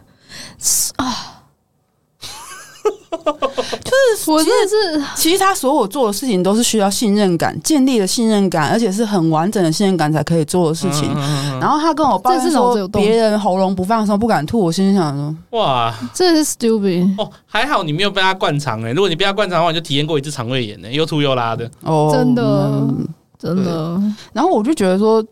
C: 我真的是
A: 其实他所有做的事情都是需要信任感，建立了信任感，而且是很完整的信任感才可以做的事情。
B: 嗯嗯嗯
A: 然后他跟我抱
C: 这
A: 怨
C: 是脑子
A: 说
C: 有洞
A: 别人喉咙不放松不敢吐，我心里想说，
B: 哇
C: 这是 stupid，
B: 哦，还好你没有被他灌肠哎、如果你被他灌肠的话，你就体验过一次肠胃炎呢、欸又吐又拉的。
A: 哦，
C: 真的
A: 嗯
C: 真的
A: 然后我就觉得说，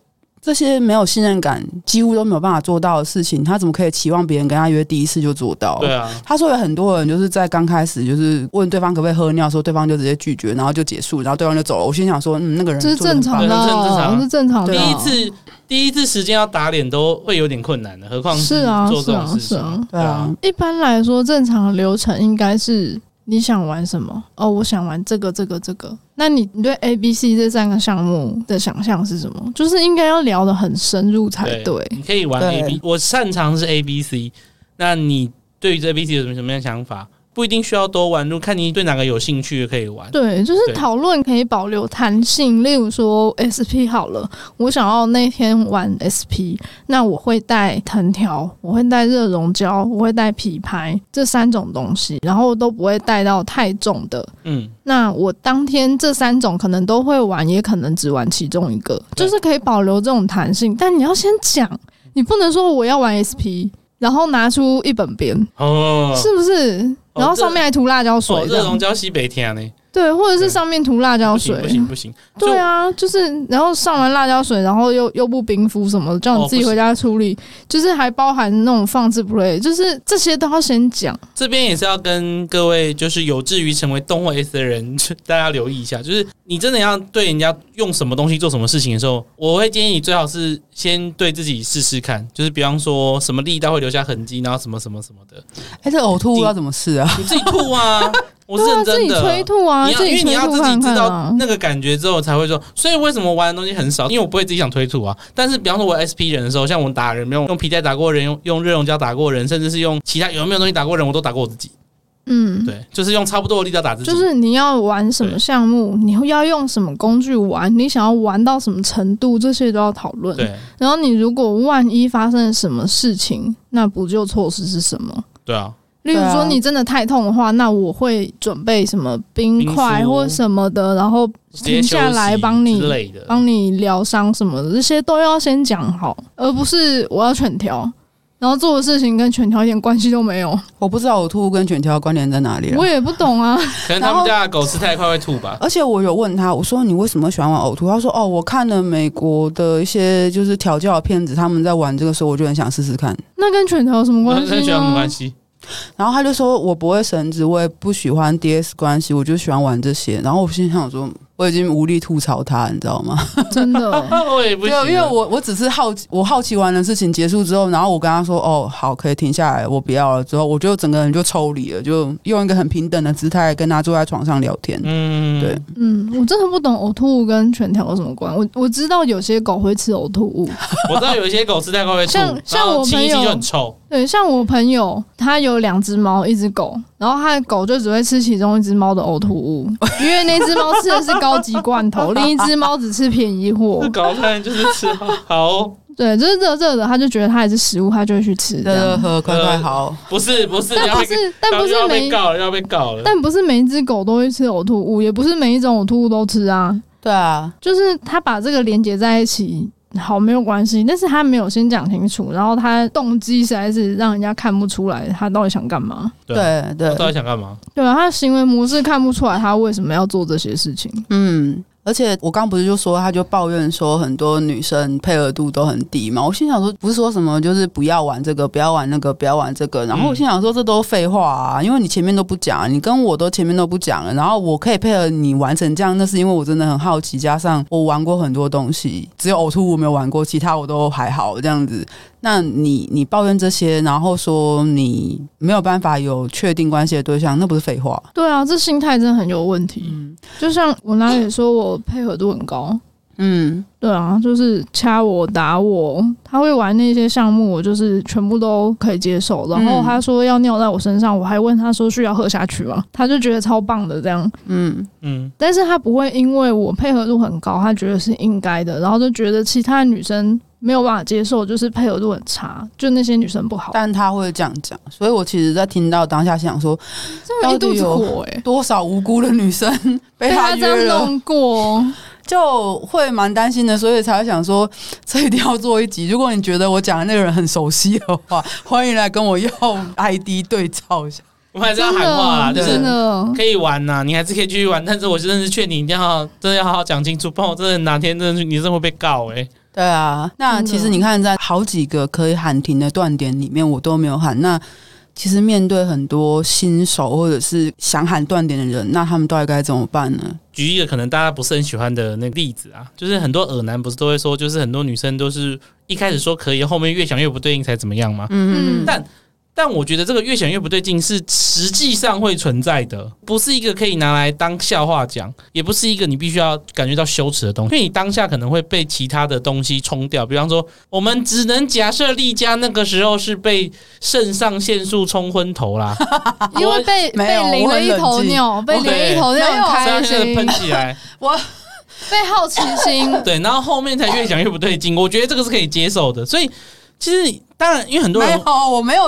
A: 这些没有信任感、几乎都没有办法做到的事情，他怎么可以期望别人跟他约第一次就做到？
B: 对啊，
A: 他说有很多人就是在刚开始就是问对方可不可以喝尿的时候，对方就直接拒绝，然后就结束，然后对方就走了。我心想说，嗯，那个人
C: 这是
A: 做得
C: 正
A: 很棒
C: 常的
B: 对很正
C: 啊，
B: 常
C: 这是正常的
A: 对
B: 第
A: 啊
B: 一
C: 啊。
B: 次第一次时间要打脸都会有点困难的，何况
C: 是啊
B: 做这种
C: 是啊
B: 事情。
C: 是啊
A: 对啊，，
C: 一般来说，正常的流程应该是你想玩什么？哦，我想玩这个、这个、这个。那你你对 A、B、C 这三个项目的想象是什么？就是应该要聊得很深入才哎对。
B: 你可以玩
A: 对
B: A B，我擅长是 A B C。那你对于这 A B C 有什么什么样的想法？不一定需要多玩，就看你对哪个有兴趣可以玩。
C: 对，就是
B: 对
C: 讨论可以保留弹性。例如说 SP 好了，我想要那天玩 SP，那我会带藤条，我会带热熔胶，我会带皮拍这三种东西，然后都不会带到太重的。
B: 嗯，
C: 那我当天这三种可能都会玩，也可能只玩其中一个，
B: 对
C: 就是可以保留这种弹性。但你要先讲，你不能说我要玩 SP，然后拿出一本边，
B: 哦，
C: 是不是？
B: 哦
C: 然后上面还涂辣椒水
B: 哦，
C: 这
B: 热
C: 样
B: 熔胶西北天呢？
C: 对，或者
B: 对
C: 是上面涂辣椒
B: 不行不
C: 哦水，
B: 行不行，
C: 对啊，就是然后上完辣椒水，然后又又不冰敷什么的，叫
B: 哦
C: 你自己
B: 不行
C: 回家处理，就是还包含那种放置 play，就是这些都要先讲。
B: 这边也是要跟各位，就是有志于成为动或 S 的人， <laughs> 大家留意一下，就是你真的要对人家用什么东西做什么事情的时候，我会建议你最好是先对自己试试看，就是比方说什么力道会留下痕迹，然后什么什么什么的，
A: 哎，这呕吐物要怎么试啊？
B: 你自己吐啊，我是
C: 对啊，
B: 认
C: 自己
B: 真的。
C: 催吐啊，
B: 你要
C: 自
B: 因
C: 己
B: 为你
C: 催
B: 要
C: 吐
B: 自己
C: 看
B: 知
C: 看
B: 道
C: 啊。
B: 那个感觉之后才会说，所以为什么玩的东西很少？因为我不会自己想推吐啊。但是比方说我 SP 人的时候，像我打人用用皮带打过人，用用热熔胶打过人，甚至是用其他有没有东西打过人，我都打过我自己。
C: 嗯，
B: 对，就是用差不多的力道打自己。
C: 就是你要玩什么
B: 对
C: 项目，你要用什么工具玩，你想要玩到什么程度，这些都要讨论。
B: 对
C: 然后你如果万一发生了什么事情，那补救措施是什么？
B: 对啊，
C: 例如
A: 对啊
C: 说你真的太痛的话，那我会准备什么冰块
B: 冰敷
C: 或什么的，然后
B: 直接
C: 停下
B: 休息
C: 来帮你
B: 之类的。
C: 帮你疗伤什么的，这些都要先讲好，而不是我要犬条，然后做的事情跟犬条一点关系都没有，
A: 我不知道呕吐物跟卷条的关联在哪里啊
C: 我也不懂啊。 <laughs>
B: 可能他们家的狗吃太快会吐吧。
A: 而且我有问他，我说你为什么喜欢玩呕吐？他说哦，我看了美国的一些就是调教的片子，他们在玩这个时候，我就很想试试看。
C: 那跟犬条有什么关系
B: 那
C: 呢？
B: 那觉得没关系，
A: 然后他就说：“我不会绳子，我也不喜欢 DS 关系，我就喜欢玩这些。”然后我心想说：“我已经无力吐槽他，你知道吗？
C: 真的。
B: 我也不
A: 对，
B: 行啊。
A: 因为我我只是好奇，我好奇完的事情结束之后，然后我跟他说：‘哦，好，可以停下来，我不要了。’之后，我就整个人就抽离了，就用一个很平等的姿态跟他坐在床上聊天。
B: 嗯，
A: 对
C: 嗯，我真的不懂呕吐物跟犬条有什么关。我我知道有些狗会吃呕吐物，
B: 我知道有一些狗吃太快会吐，
C: 像像
B: 然后
C: 我
B: 亲
C: 朋
B: 一亲
C: 友
B: 就很臭。
C: 对，像我朋友他有两只猫，一只狗，然后他的狗就只会吃其中一只猫的呕吐物，因为那只猫吃的是高级罐头，另一只猫只吃便宜货
B: <laughs> 这。狗看来就是吃好 <laughs> 好，
C: 对，就是热热的，他就觉得它也是食物，他就会去吃这
A: 乐乐
C: 样。
A: 呵，快快好，
B: 不是不是，
C: <laughs> 但
B: 要
C: 不
B: 被
C: 是，但不
B: 要
C: 是每
B: 被，告了，要被告了。
C: 但不是每一只狗都会吃呕吐物，也不是每一种呕吐物都吃啊。
A: 对啊，
C: 就是他把这个连接在一起，好没有关系，但是他没有先讲清楚，然后他动机实在是让人家看不出来他到底想干嘛。
B: 对啊
A: 对
B: 我到
A: 对，
B: 底想干嘛？
C: 对啊，他的行为模式看不出来他为什么要做这些事情。
A: 嗯。而且我刚不是就说，他就抱怨说很多女生配合度都很低嘛。我心想说，不是说什么就是不要玩这个，不要玩那个，不要玩这个。然后我心想说，这都废话啊，因为你前面都不讲，你跟我都前面都不讲了。然后我可以配合你玩成这样，那是因为我真的很好奇，加上我玩过很多东西，只有呕吐物没有玩过，其他我都还好这样子。那你你抱怨这些，然后说你没有办法有确定关系的对象，那不是废话？
C: <laughs> 对啊，这心态真的很有问题。就像我哪里说我配合度很高，
A: 嗯，
C: 对啊，就是掐我打我，他会玩那些项目，我就是全部都可以接受。然后
A: 嗯
C: 他说要尿在我身上，我还问他说需要喝下去吗？他就觉得超棒的这样。
B: 嗯，
C: 但是他不会因为我配合度很高，他觉得是应该的，然后就觉得其他女生没有办法接受，就是配合度很差，就那些女生不好，
A: 但他会这样讲，所以我其实，在听到当下想说，
C: 真的一肚子火哎、
A: 多少无辜的女
C: <laughs>
A: 生被
C: 被
A: 他
C: 他这
A: 约
C: 样
A: 了，
C: 弄过，
A: 就会蛮担心的，所以才会想说， <laughs> 这一定要做一集。如果你觉得我讲的那个人很熟悉的话， <laughs> 欢迎来跟我要 ID 对照一下。
B: 我们还是要
C: 真
B: 喊话啊啦，
C: 的哦
B: 就
C: 真
B: 是
C: 的。
B: 可以玩呐、你还是可以继续玩，但是我真的是劝你一定要真的要好好讲清楚，不然我真的哪天真的是你真的会被告哎、
A: 对啊，那
C: 真的
A: 其实你看，在好几个可以喊停的断点里面，我都没有喊。那其实面对很多新手或者是想喊断点的人，那他们到底该怎么办呢？
B: 举一个可能大家不是很喜欢的那个例子啊，就是很多耳男不是都会说，就是很多女生都是一开始说可以，后面越想越不对劲才怎么样吗？
C: 嗯，
B: 但但我觉得这个越想越不对劲是实际上会存在的，不是一个可以拿来当笑话讲，也不是一个你必须要感觉到羞耻的东西，因为你当下可能会被其他的东西冲掉。比方说，我们只能假设丽佳那个时候是被肾上腺素冲昏
A: <laughs>
B: 头啦，
C: 因为被
A: 我没有
C: 被淋了一
A: 我
C: 头
A: 很冷静
C: 尿，被淋了一头尿
A: 没有
C: 很开
B: 所以
C: 心
B: 它，喷起来，
C: <laughs> 被好奇
A: <laughs>
C: 心，
B: 对，然后后面才越想越不对劲。我觉得这个是可以接受的，所以其实当然，因为很多
A: 没
B: 人
A: 有，我没有，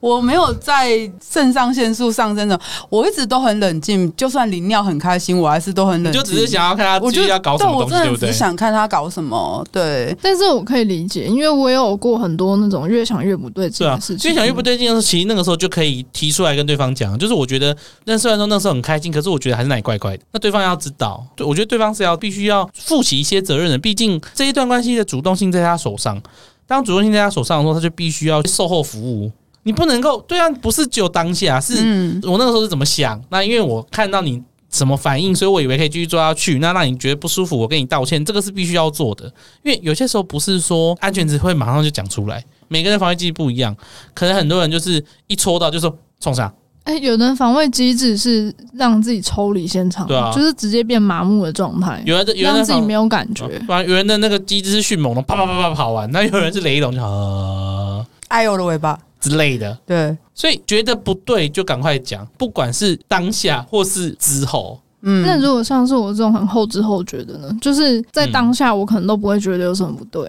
A: 我没有在肾上腺素上升的，我一直都很冷静。就算淋尿很开心，我还是都很
B: 你
A: 冷静。
B: 就只是想要看他
A: 我
B: 继
A: 就
B: 续要搞什么
A: 我
B: 东西，
A: 真
B: 对
A: 的
B: 不
A: 只
B: 对
A: 是？想看他搞什么。对，
C: 但是我可以理解，因为我也有过很多那种越想越不对
B: 是
C: 劲
B: 啊
C: 的，事情，
B: 越想越不对劲的时候，其实那个时候就可以提出来跟对方讲，就是我觉得，那虽然说那时候很开心，可是我觉得还是哪里怪怪的。那对方要知道，对我觉得对方是要必须要负起一些责任的，毕竟这一段关系的主动性在他手上。当主动性在他手上的时候，他就必须要售后服务。你不能够对啊，不是只有当下，是
A: 嗯，
B: 我那个时候是怎么想？那因为我看到你什么反应，所以我以为可以继续做下去。那让你觉得不舒服，我跟你道歉，这个是必须要做的。因为有些时候不是说安全词会马上就讲出来，每个人防御机制不一样，可能很多人就是一戳到就说冲啥，
C: 哎、有的人防卫机制是让自己抽离现场，
B: 对啊
C: 就是直接变麻木的状态，
B: 有人的有
C: 嗯
B: 人
C: 让
B: 的
C: 自己
B: 防
C: 没有感觉。
B: <laughs> 啊
A: 嗯
B: 不然有人的那个机制是迅猛龙，啪啪啪啪跑完，那有人是雷龙就呃
A: 哎呦我的尾巴，
B: 之类的。
A: 对，
B: 所以觉得不对就赶快讲，不管是当下或是之后，
A: 嗯，
C: 那如果像是我这种很后知后觉的呢？就是在当下，我可能都不会觉得有什么不对。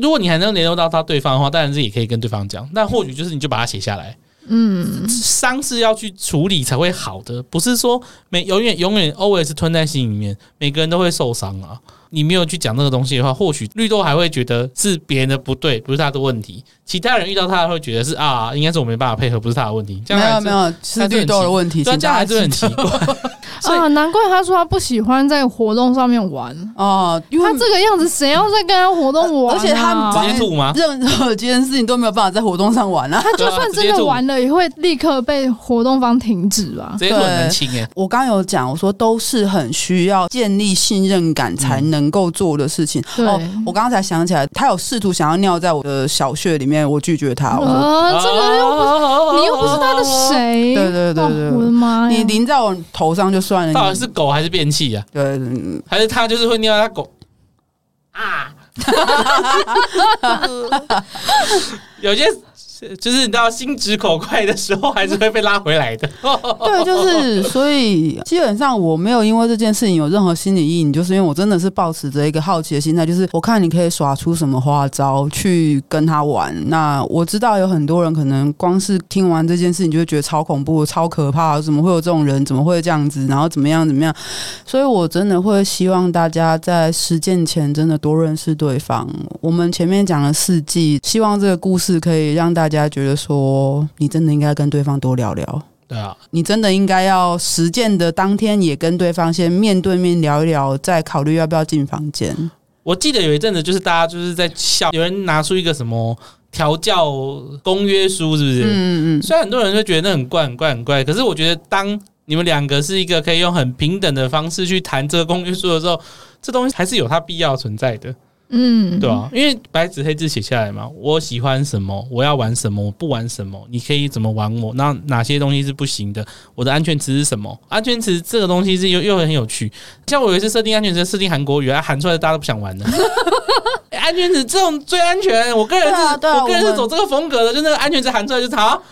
B: 如果你还能联络到他对方的话，当然是也可以跟对方讲。但或许就是你就把它写下来，
C: 嗯，
B: 伤是要去处理才会好的，不是说每永远永远 always 吞在心里面，每个人都会受伤啊。你没有去讲这个东西的话，或许绿豆还会觉得是别人的不对，不是他的问题。其他人遇到他会觉得是啊，应该是我没办法配合，不是他的问题。这样
A: 没
B: 还
A: 有
B: 是
A: 没，有是绿豆的问题，
B: 对啊，
A: 请
B: 这样
A: 大
B: 还
A: 家
B: 是很奇怪。所以
C: 啊，难怪他说他不喜欢在活动上面玩。
A: 哦，因为
C: 他这个样子，谁要再跟他活动玩、啊？
A: 而且他
B: 直接吐吗？
A: 任何这件事情都没有办法在活动上玩啊。
C: 他就算真的玩了，也会立刻被活动方停止吧？
B: 直接很难清哎、
A: 我刚刚有讲，我说都是很需要建立信任感才
B: 嗯
A: 能够做的事情。
C: 对
A: 哦，我刚才想起来，他有试图想要尿在我的小穴里面，我拒绝他。我哦说
C: 啊，这个又
B: 哦
C: 不
B: 又
C: 你又不是他的
B: 嗯
C: 谁？
A: 对对对对
C: 哦我的妈呀！
A: 你淋在我头上就算了，
B: 到底
A: 你
B: 是狗还是便器啊？
A: 对，嗯
B: 还是他就是会尿他狗 <laughs> 啊？有些这就是你知道心直口快的时候，还是会被拉回来的。
A: <laughs> 对，就是所以基本上我没有因为这件事情有任何心理阴影，就是因为我真的是抱持着一个好奇的心态，就是我看你可以耍出什么花招去跟他玩。那我知道有很多人可能光是听完这件事情就会觉得超恐怖、超可怕，怎么会有这种人？怎么会这样子？然后怎么样怎么样？所以我真的会希望大家在实践前真的多认识对方。我们前面讲了四季，希望这个故事可以让大家觉得说，你真的应该跟对方多聊聊。
B: 对啊，
A: 你真的应该要实践的当天也跟对方先面对面聊一聊，再考虑要不要进房间。
B: 我记得有一阵子就是大家就是在笑，有人拿出一个什么调教公约书，是不是？
A: 嗯嗯
B: 虽然很多人会觉得那很怪、很怪、很怪，可是我觉得当你们两个是一个可以用很平等的方式去谈这个公约书的时候，这东西还是有它必要存在的，
C: 嗯，
B: 对啊，因为白纸黑字写下来嘛，我喜欢什么，我要玩什么，我不玩什么，你可以怎么玩我，那哪些东西是不行的，我的安全词是什么？安全词这个东西是又又很有趣，像我有一次设定安全词，设定韩国语，啊喊出来大家都不想
A: <laughs>
B: 玩了。欸安全词这种最安全，我个人是，
A: 对啊对啊
B: 我个人
A: 我
B: 是
A: 们
B: 走这个风格的，就那个安全词喊出来就是好。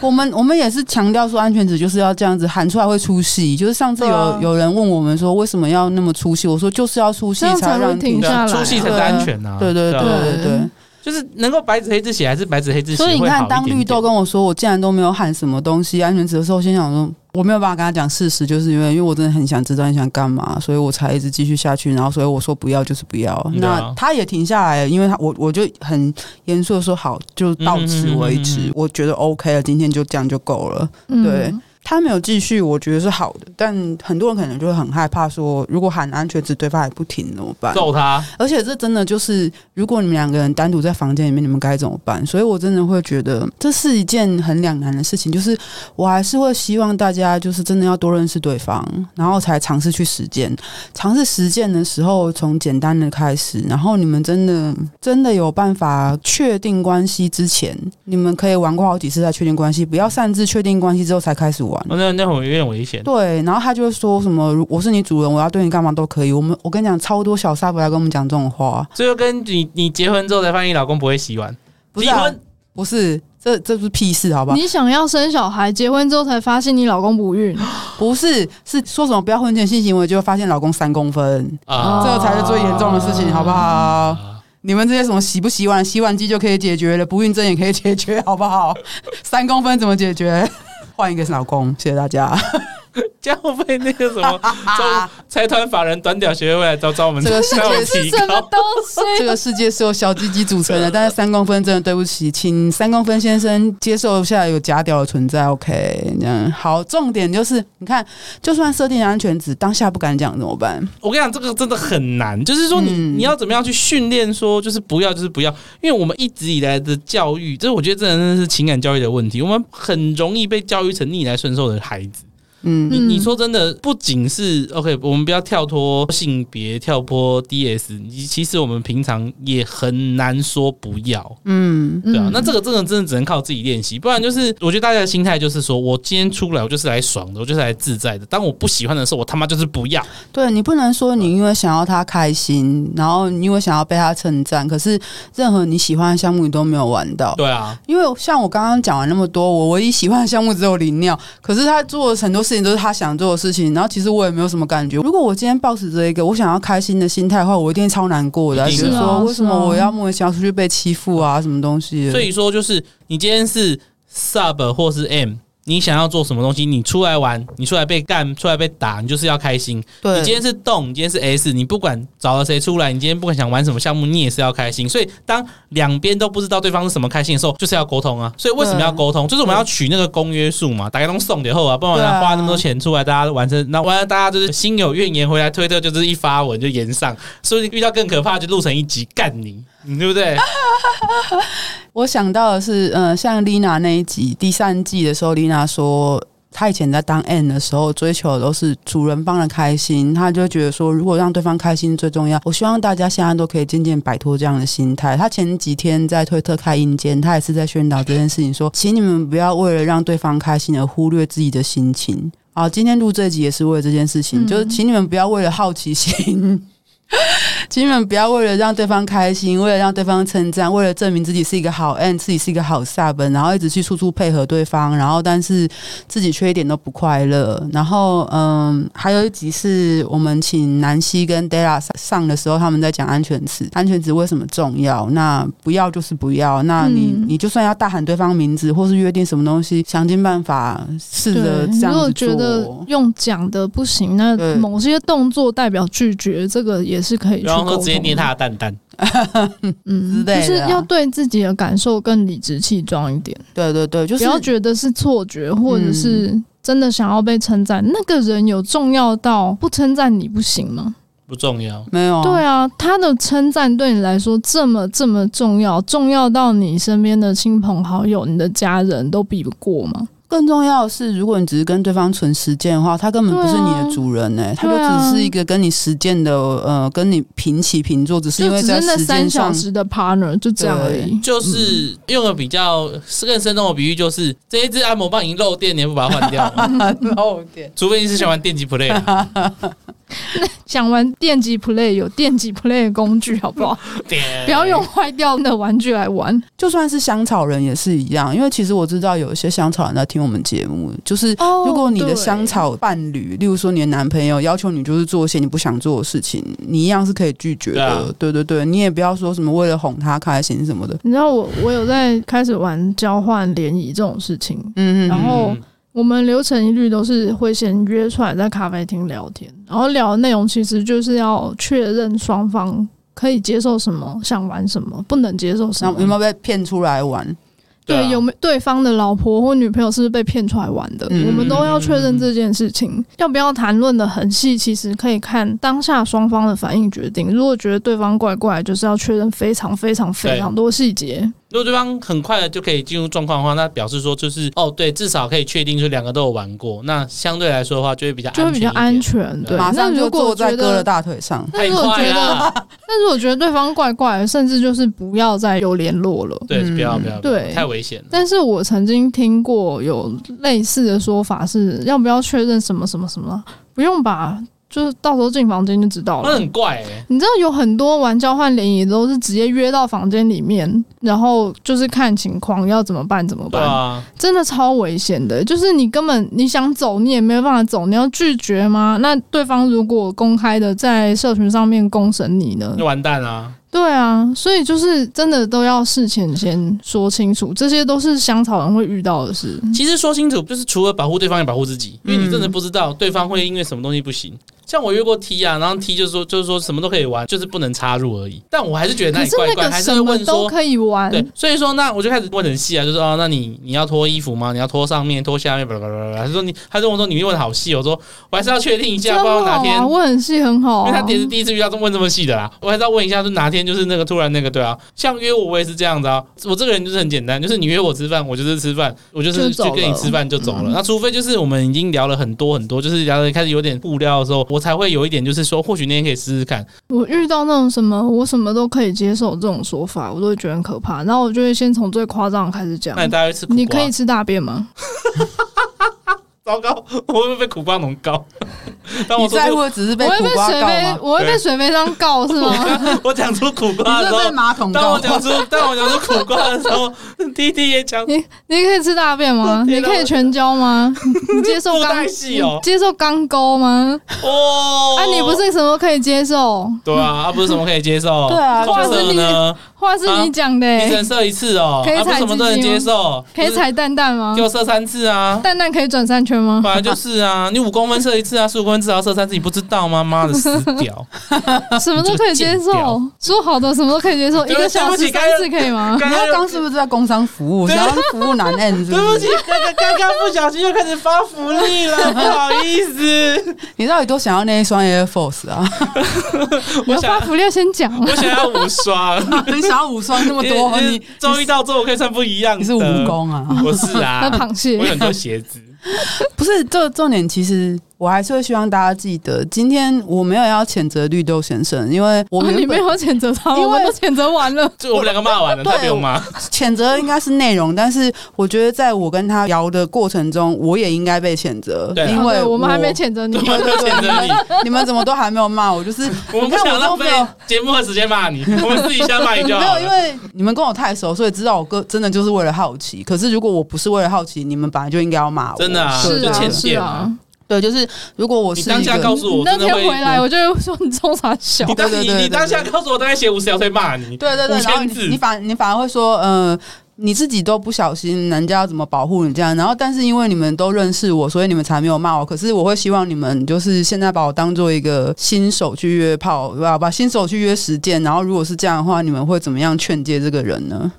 A: 我们我们也是强调说，安全值就是要这样子喊出来会出戏。就是上次有、
C: 对啊
A: 有人问我们说，为什么要那么出戏？我说就是要出戏
C: 这样
A: 才
C: 才
A: 让
C: 会
A: 人
C: 停
A: 听。
C: 下来啊，
B: 出戏才是安全呐、
A: 对对对
B: 啊
A: 对对。
B: 就是能够白纸黑字写，还是白纸黑字写。
A: 所以你看，当绿豆
B: 跟
A: 跟我说我竟然都没有喊什么东西安全词的时候，我心想说我没有办法跟他讲事实，就是因为因为我真的很想知道你想干嘛，所以我才一直继续下去。然后所以我说不要就是不要，
B: 对啊
A: 那他也停下来了，因为他我我就很严肃的说好，就到此为止，
B: 嗯嗯嗯嗯嗯嗯
A: 我觉得 OK 了，今天就这样就够了。
C: 嗯
A: 对他没有继续，我觉得是好的，但很多人可能就会很害怕说，如果喊安全词对方还不停怎么办？
B: 揍他，
A: 而且这真的就是，如果你们两个人单独在房间里面，你们该怎么办？所以我真的会觉得这是一件很两难的事情。就是我还是会希望大家就是真的要多认识对方，然后才尝试去实践。尝试实践的时候，从简单的开始，然后你们真的真的有办法确定关系之前，你们可以玩过好几次再确定关系，不要擅自确定关系之后才开始玩。
B: 哦那那会儿有点危险。
A: 对，然后他就会说什么：“如我是你主人，我要对你干嘛都可以。”我们我跟你讲，超多小撒不来跟我们讲这种话。
B: 所以就跟你你结婚之后才发现你老公不会洗碗，
A: 不是、啊、
B: 离婚，
A: 不是，这这不是屁事，好吧？
C: 你想要生小孩，结婚之后才发现你老公不
B: <laughs>
C: 孕，
A: 不是，是说什么不要婚前性行为，就发现老公三公分，
B: 啊，
A: 这才是最严重的事情，好不好？你们这些什么洗不洗碗、洗碗机就可以解决了，不孕症也可以解决，好不好？ <laughs> 三公分怎么解决？ <laughs> 换一个老公，谢谢大家。
B: 这样会被那个
A: <laughs>
B: 什么中财团法人短屌协会来找找我们，
A: 这个世界
B: 找我们
C: 是
B: 提
C: 什么
B: 高。
C: 东西？
A: 这个世界是由小鸡鸡组成的，但是三公分真的对不起，请三公分先生接受一下有假屌的存在。OK，嗯，好，重点就是，你看，就算设定安全值，当下不敢讲怎么办？
B: 我跟你讲，这个真的很难，就是说你、
A: 嗯
B: 你要怎么样去训练，说就是不要，就是不要，因为我们一直以来的教育，这我觉得真的真的是情感教育的问题，我们很容易被教育成逆来顺受的孩子。
A: 嗯，
B: 你
C: 嗯
B: 你说真的，不仅是 OK，我们不要跳脱性别，跳脱 DS，你其实我们平常也很难说不要，
A: 嗯
B: <laughs> 对啊。
C: 嗯
B: 那这个真的真的只能靠自己练习，不然就是我觉得大家的心态就是说，我今天出来我就是来爽的，我就是来自在的。当我不喜欢的时候，我他妈就是不要。，
A: 对你不能说你因为想要他开心，然后你因为想要被他称赞，可是任何你喜欢的项目你都没有玩到。
B: 对啊，
A: 因为像我刚刚讲完那么多，我唯一喜欢的项目只有淋尿，可是他做的很多事情都是他想做的事情，然后其实我也没有什么感觉。如果我今天抱持着一个我想要开心的心态的话，我一定超难过的，
B: 一
A: 觉
B: 定
A: 得
B: 的
C: 是啊
A: 说为什
C: 是
A: 么
C: 啊
A: 我要莫名其妙出去被欺负啊，什么东西的？
B: 所以说就是你今天是 sub 或是 M。你想要做什么东西？你出来玩，你出来被干，出来被打，你就是要开心。
A: 对
B: 你今天是动，你今天是 S，你不管找了谁出来，你今天不管想玩什么项目，你也是要开心。所以当两边都不知道对方是什么开心的时候，就是要沟通啊。所以为什么要沟通？就是我们要取那个公约数嘛，大家都送点后啊，不然我
A: 对啊
B: 们花那么多钱出来，大家完成，那完了大家就是心有怨言，回来推特就是一发文就言上，所以遇到更可怕就录成一集干你，你对不
A: <laughs>
B: 对？
A: 我想到的是，呃，像丽娜那一集第三季的时候，丽娜说。她以前在当 N 的时候，追求的都是主人帮的开心，她就会觉得说，如果让对方开心最重要。我希望大家现在都可以渐渐摆脱这样的心态。她前几天在推特开阴间，她也是在宣导这件事情说请你们不要为了让对方开心而忽略自己的心情。啊，今天录这集也是为了这件事情，
C: 嗯
A: <laughs> 就是请你们不要为了好奇心亲们不要为了让对方开心，为了让对方称赞，为了证明自己是一个好 N，自己是一个好 sub，然后一直去处处配合对方，然后但是自己却一点都不快乐。然后嗯，还有一集是我们请南希跟 Della 上的时候，他们在讲安全词，安全词为什么重要？那不要就是不要，那你、
C: 嗯
A: 你就算要大喊对方名字，或是约定什么东西，想尽办法试着这
C: 对，如
A: 样
C: 果
A: 子
C: 觉得
A: 做。
C: 用讲的不行，那
A: 对
C: 某些动作代表拒绝，这个也是可以去
B: 然
C: 沟
B: 后说
C: 通
B: 直接捏
C: 的
B: 他的蛋蛋，
C: 嗯，
A: 之类的
C: 就是
A: 啊
C: 要对自己的感受更理直气壮一点，
A: 对对对，就是
C: 不要觉得是错觉，或者
A: 嗯
C: 是真的想要被称赞。那个人有重要到不称赞你不行吗？
B: 不重要。
A: 没有啊
C: 对啊，他的称赞对你来说这么这么重要，重要到你身边的亲朋好友、你的家人都比不过吗？
A: 更重要的是，如果你只是跟对方纯实践的话，他根本不是你的主人呢、他
C: 对啊
A: 就只是一个跟你实践的，呃，跟你平起平坐，只是
C: 就
A: 因为
C: 只
A: 在
C: 是那
A: 时
C: 三
A: 间
C: 小
A: 上， <laughs>
C: 时的 partner 就这样而已。
B: 就是用个比较更生动的比喻，就是这一支按摩棒已经漏电，你还不把它换掉
A: <laughs>
B: 吗？
A: 漏点。
B: 除非你是喜欢电击 play，啊
C: 想玩电击 play 有电击 play 的工具，好不好？
B: 哎
C: 不要用坏掉的玩具来玩。
A: 就算是香草人也是一样，因为其实我知道有一些香草人在听我们节目，就是
C: 哦
A: 如果你的
C: 对
A: 香草伴侣，例如说你的男朋友要求你就是做一些你不想做的事情，你一样是可以拒绝
B: 对啊
A: 的。对对对，你也不要说什么为了哄他开心什么的。
C: 你知道我我有在开始玩交换联谊这种事情，
A: 嗯嗯
C: 然
A: 嗯，
C: 后
B: 嗯
C: 我们流程一律都是会先约出来在咖啡厅聊天，然后聊的内容其实就是要确认双方可以接受什么，想玩什么，不能接受什
A: 那
C: 么。
A: 有没有被骗出来玩？
B: 对啊
C: 对，有没对方的老婆或女朋友是不是被骗出来玩的？
A: 嗯
C: 我们都要确认这件事
B: 嗯
C: 情。要不要谈论的很细，其实可以看当下双方的反应决定。如果觉得对方怪怪，就是要确认非常非常非常多细节。
B: 如果对方很快的就可以进入状况的话，那表示说就是哦，对，至少可以确定就两个都有玩过，那相对来说的话就会比较
C: 就会比较
B: 安全一
C: 安
B: 点。
C: 全，对。
A: 马上
C: 那
A: 就
C: 如
A: 坐
C: 果
A: 在
C: 觉
A: 哥的
C: 得，
A: 大腿上。
C: 那
B: 太
C: 如果
B: 快
C: 觉得，
B: 了，
C: 那如果觉得对方怪怪的，甚至就是不要再有联络了。
B: 对，
A: 嗯
B: 不要不要，不要
C: 对
B: 太危险了。
C: 但是我曾经听过有类似的说法是，要不要确认什么什么什么？不用吧，就是到时候进房间就知道
B: 那
C: 了。
B: 很怪哎，
C: 你知道有很多玩交换联谊都是直接约到房间里面，然后就是看情况要怎么办怎么
B: 对
C: 办，
B: 啊，
C: 真的超危险的。就是你根本你想走你也没有办法走，你要拒绝吗？那对方如果公开的在社群上面公审你呢？
B: 就完蛋啊。
C: 对啊，所以就是真的都要事前先说清楚，这些都是香草人会遇到的事。
B: 其实说清楚，就是除了保护对方，也保护自己，
C: 嗯
B: 因为你真的不知道对方会因为什么东西不行。像我约过 T 啊，然后 T 就是说，就是说什么都可以玩，就是不能插入而已。但我还是觉得那
C: 可
B: 里
C: 是
B: 怪
C: 那
B: 怪，
C: 个
B: 还是
C: 什
B: 会
C: 么
B: 问
C: 都
B: 说，
C: 可以玩，
B: 对，所以说那我就开始问很细啊，就说啊，那你你要脱衣服吗？你要脱上面，脱下面，巴拉巴拉巴拉。他说你，他跟我说你问得好细哦，我说我还是要确定一
C: 真
B: 下，不知道
C: 好
B: 哪天
C: 啊，我很细很好、
B: 因为他
C: 啊。
B: 也是第一次遇到这么问这么细的啦，我还是要问一下，就哪天就是那个突然那个对啊，像约我我也是这样子啊，我这个人就是很简单，就是你约我吃饭，我就是吃饭，我就是
C: 就走
B: 去跟你
C: 了嗯
B: 吃饭就走了。那除非就是我们已经聊了很多很多，就是聊的开始有点互聊的时候，我才会有一点就是说，或许那天可以试试看。
C: 我遇到那种什么我什么都可以接受这种说法，我都会觉得很可怕。然后我就会先从最夸张的开始讲
B: 那，你大概吃苦瓜，
C: 你可以吃大便吗？
B: 糟糕，我会不会被苦瓜农告？ <laughs> 当我
A: 你
B: 说
A: 在
B: 出
A: 乎的只是被
C: 我会
A: 苦
C: 被
A: 瓜
C: 水
A: 告
C: 杯
A: 吗，？
C: 我会被
B: 对
C: 水杯上告是吗？
B: <laughs> 我讲出苦瓜
A: 你是
B: 的时
A: 被
B: 候，
A: 马桶
B: 当
A: 告
B: 我？讲出当我讲出苦瓜的时候，弟弟
C: <laughs>
B: 也讲
C: 你你可以吃大便吗？
B: 天
C: 你
B: 哪
C: 可以全交吗？你接受
B: 不
C: 肛
B: 太细哦
C: 你接受肛沟吗？
B: 哦，
C: 啊，你不是什么都可以接受，
B: 对啊，啊不是什么可以
C: <laughs>
B: 接受，
A: 对啊
B: 或
C: 就是
B: 者
C: 你
B: 呢，
C: 话是你讲的、
B: 啊你
C: 欸，
B: 只能射一次哦，
C: 可以
B: 啊不是
C: 踩
B: 什么
C: 鸡
B: 都能
C: 鸡
B: 接
C: 吗
B: 受，
C: 可以
B: 就是
C: 踩蛋蛋吗
B: 给？我射三
C: <laughs>
B: 次啊。
C: 蛋蛋可以转三圈吗？
B: 本来就是啊，你五公分射一次啊，十五公分至少射三次，你不知道吗？妈的死
C: <laughs>
B: 屌！
C: 什么都可以接
B: 你这个贱婊
C: 受，说好的什么都可以接受，一
B: <laughs> 对
C: 个小
B: 对不
C: 时
B: 起
C: 三次可以吗？
A: <laughs>
B: 刚
A: 你
B: 刚
A: 要刚是不是在工商服务？
B: 对啊
A: 然后服务男 N 是
B: <laughs> 对不
A: 不
B: 起
A: 是？，
B: 刚刚刚刚不小心又开始发福
C: <laughs>
B: 利了，不好意思，
A: 你到底多想要那一双 Air Force 啊？
C: 你
B: <laughs> 我
C: 要发
B: 想啊
C: 福利要先讲，
B: 我想要五
C: <laughs>
B: 双， <laughs>
A: 你想要五双那么
B: 因
A: 多，
B: 为因为
A: 你
B: 周一到周五可以穿不一样的。
A: 你是
C: 嗯
A: 蜈？蚣啊？<laughs>
B: <laughs> 我是啊
C: 那，螃蟹
B: 我有很多鞋子。 <laughs>
A: 不是，这重点其实我还是会希望大家记得，今天我没有要谴责绿豆先生，因为我
C: 啊
A: 们、
C: 你没有谴责他，
A: 因为
C: 我们都谴责完了。
B: 就我们两个骂完了，
A: 对
B: 他不用 <laughs> 骂。
A: 谴责应该是内容，但是我觉得在我跟他聊的过程中，我也应该被谴责，
B: 对啊
A: <laughs> 因
C: 哦对
A: 为
C: 我们还没
A: 谴。
C: 谴责你
B: 我，们都谴责你，
A: <laughs> 你们怎么都还没有骂
B: <laughs>
A: 我？就是
B: 我们
A: 你
B: 不
A: 看
B: 想
A: 我都
B: 浪
A: 没
B: 费
A: 有
B: 节目的时间
A: <laughs>
B: 骂你，我们自己先骂你
A: 没
B: 就好
A: 有，因
B: 了。
A: 为你们跟我太熟，所以知道我哥真的就是为了好奇。可是如果我不是为了好奇，你们本来就应该要骂我。
B: 真的啊
A: 对
C: 是
B: 就
C: 啊
B: 欠
C: 是
B: 电
C: 啊
B: 啊。
A: 对，就是如果我是
B: 你当下
A: 一个
B: 告诉我，
C: 你
B: 我
C: 那
B: 真的
C: 天
B: 会嗯
C: 回来，我就会说你冲啥小
B: 你，当
A: 对对
B: 你
A: 对对
B: 你当下告诉我，大概写五十条推骂你。
A: 对对对，
B: 五
A: 然后
B: 千
A: 你
B: 字
A: 你反你反而会说，呃，你自己都不小心，人家要怎么保护你这样？然后，但是因为你们都认识我，所以你们才没有骂我。可是我会希望你们就是现在把我当做一个新手去约炮，对吧？把新手去约实践。然后，如果是这样的话，你们会怎么样劝诫这个人呢？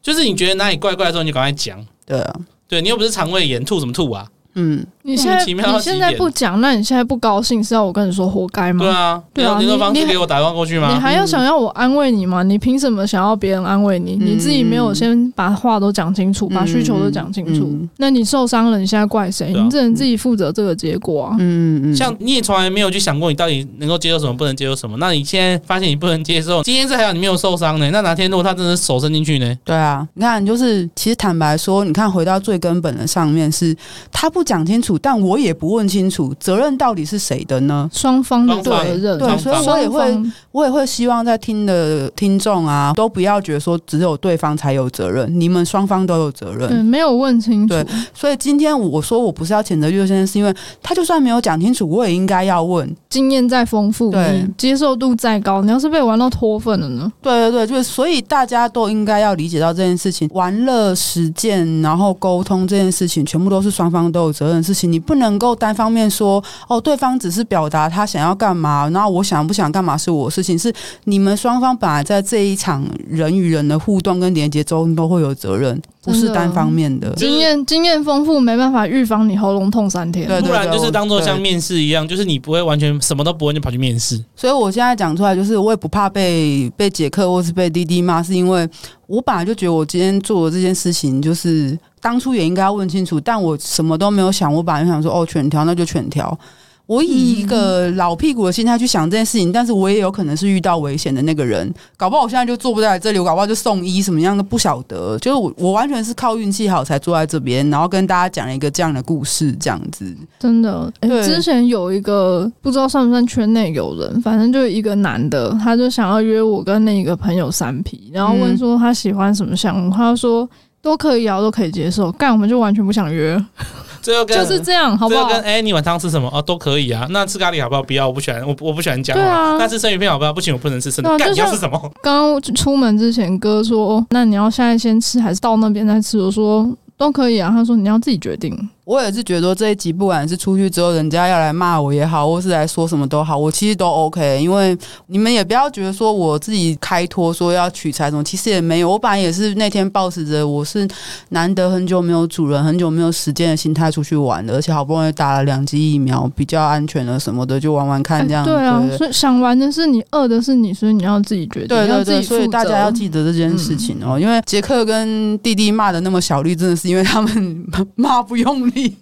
B: 就是你觉得哪里怪怪的时候，你就赶快讲。
A: 对啊，
B: 对你又不是肠胃炎，吐什么吐啊？
A: 嗯，
C: 你现在
B: 莫名其妙到
C: 你
B: 极点
C: 现在不讲，那你现在不高兴是要我跟你说活该
A: 嗯
C: 吗？
B: 对啊，
C: 对啊
B: 你联络方
C: 你
B: 式
C: 你
B: 给我打电话过去
C: 你
B: 吗？
C: 还要想要我安慰你吗？你凭什么想要别人安慰你？
A: 嗯
C: 你自己没有先把话都讲清楚，
A: 嗯
C: 把需求都讲清楚，
A: 嗯
C: 那你受伤了，你现在怪谁？
B: 对啊
C: 你只能自己负责这个结果啊。
A: 嗯嗯，
B: 像你也从来没有去想过你到底能够接受什么，不能接受什么。那你现在发现你不能接受，今天这还好你没有受伤呢。那哪天如果他真的手伸进去呢？
A: 对啊，你看，就是其实坦白说，你看回到最根本的上面是，他不讲清楚，但我也不问清楚，责任到底是谁的呢？
C: 双方的责任，
A: 对
B: 对
A: 所以我也会
C: 双方
A: 我也会希望在听的听众啊，都不要觉得说只有对方才有责任，你们双方都有责
C: 对
A: 任。
C: 没有问清楚
A: 对，所以今天我说我不是要谴责绿豆先生，是因为他就算没有讲清楚，我也应该要问。
C: 经验再丰富，
A: 对
C: 你接受度再高，你要是被玩到脱粉了呢？
A: 对对对，就是所以大家都应该要理解到这件事情，玩乐、实践，然后沟通这件事情，全部都是双方都有责任的事情。你不能够单方面说哦，对方只是表达他想要干嘛，然后我想不想干嘛是我的事情，是你们双方本来在这一场人与人的互动跟连接中都会有责任，不是
C: 真的
A: 单方面的。
B: 就是
C: 经验经验丰富没办法预防你喉咙痛三天。
A: 对
B: 不然就是当做
A: 对
B: 像面试一样，就是你不会完全什么都不会就跑去面试。
A: 所以我现在讲出来，就是我也不怕被被杰克或是被滴滴骂，是因为我本来就觉得我今天做的这件事情，就是当初也应该要问清楚，但我什么都没有想，我本来就想说，哦，全条那就全条。我以一个老屁股的心态去想这件事情，但是我也有可能是遇到危险的那个人，搞不好我现在就坐不在这里，我搞不好就送医什么样的不晓得，就是我我完全是靠运气好才坐在这边，然后跟大家讲了一个这样的故事，这样子。
C: 真的，诶
A: 对
C: 之前有一个不知道算不算圈内有人，反正就一个男的，他就想要约我跟另一个朋友三 P，然后问说他喜欢什么项目，他就说都可以啊，都可以接受。干，我们就完全不想约，
B: 这又跟
C: 就是这样，好不
B: 这又
C: 好？
B: 跟哎、你晚上吃什么哦都可以啊。那吃咖喱好不好？不要，我不喜欢，我不我不喜欢姜
C: 对啊
B: 黄。那吃生鱼片好不好？不行，我不能吃生
C: 对
B: 的。
C: 啊
B: 干
C: 就
B: 你要
C: 像
B: 吃什么？ <laughs>
C: 刚刚出门之前，哥说哦那你要现在先吃还是到那边再吃？我说都可以啊，他说你要自己决定。
A: 我也是觉得这一集不管是出去之后人家要来骂我也好，或是来说什么都好，我其实都 OK。因为你们也不要觉得说我自己开脱说要取材什么，其实也没有。我本来也是那天抱持着我是难得很久没有主人、很久没有时间的心态出去玩的，而且好不容易打了两剂疫苗，比较安全了什么的，就玩玩看这样。
C: 哎对啊，
A: 对
C: 所以想玩的是你，饿的是你，所以你要自己决定，
A: 对
C: 要
A: 对
C: 自己
A: 对，
C: 负责。嗯
A: 所以大家要记得这件事情哦，因为杰克跟弟弟骂的那么小力，真的是因为他们 <laughs> 骂不用力，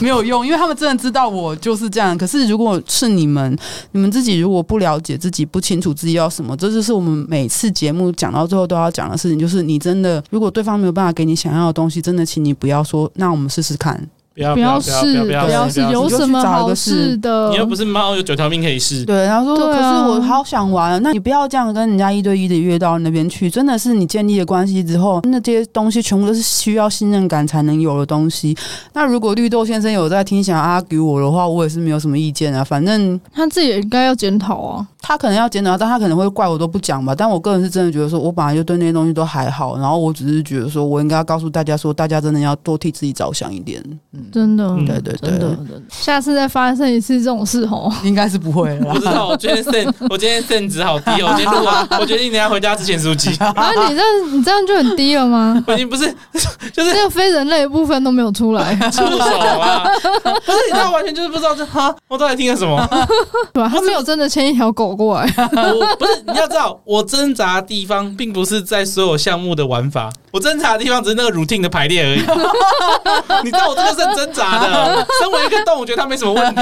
A: 没有用，因为他们真的知道我就是这样。可是如果是你们，你们自己如果不了解自己，不清楚自己要什么，这就是我们每次节目讲到最后都要讲的事情，就是你真的如果对方没有办法给你想要的东西，真的请你不要说，那我们试试看。
B: 不要
C: 不要试，
B: 不
A: 不要
B: 试
A: 试
C: 试，有什么好试的？
B: 你又不是猫，有九条命可以试。
A: 对，然后说，
C: 对
A: 可
C: 啊
A: 是我好想玩，那你不要这样跟人家一对一的约到那边去，真的是你建立了关系之后，那这些东西全部都是需要信任感才能有的东西。那如果绿豆先生有在听，想要 argue 我的话，我也是没有什么意见啊，反正。
C: 他自己也应该要检讨啊。
A: 他可能要检讨，但他可能会怪我都不讲吧。但我个人是真的觉得说，我本来就对那些东西都还好，然后我只是觉得说我应该要告诉大家说，大家真的要多替自己着想一点。
C: 真的，
B: 嗯
A: 对对
C: 真
A: 对，
C: 的，真的下次再发生一次这种事
A: <laughs>
C: 哦，
A: 应该是不会了啦
B: 不。知道，我今天肾，我今天肾值好低哦。我今天录
C: <laughs>
B: 完，我决定等一下回家吃咸酥鸡。？
C: 啊，你这样你这样就很低了吗
B: 我已经不是
C: 这个非人类的部分都没有出
A: <laughs>
C: 来，
B: 触手啊，不是，你知道，完全就是不知道这哈，我到底听了什么？
C: 对吧？他没有真的牵一条狗过来，
B: <laughs> 我不是，你要知道，我挣扎的地方并不是在所有项目的玩法，我挣扎的地方只是那个 routine 的排列而已。 <laughs> 你知道我这个是很挣扎的。哦身为一个动物，我觉得它没什么问题。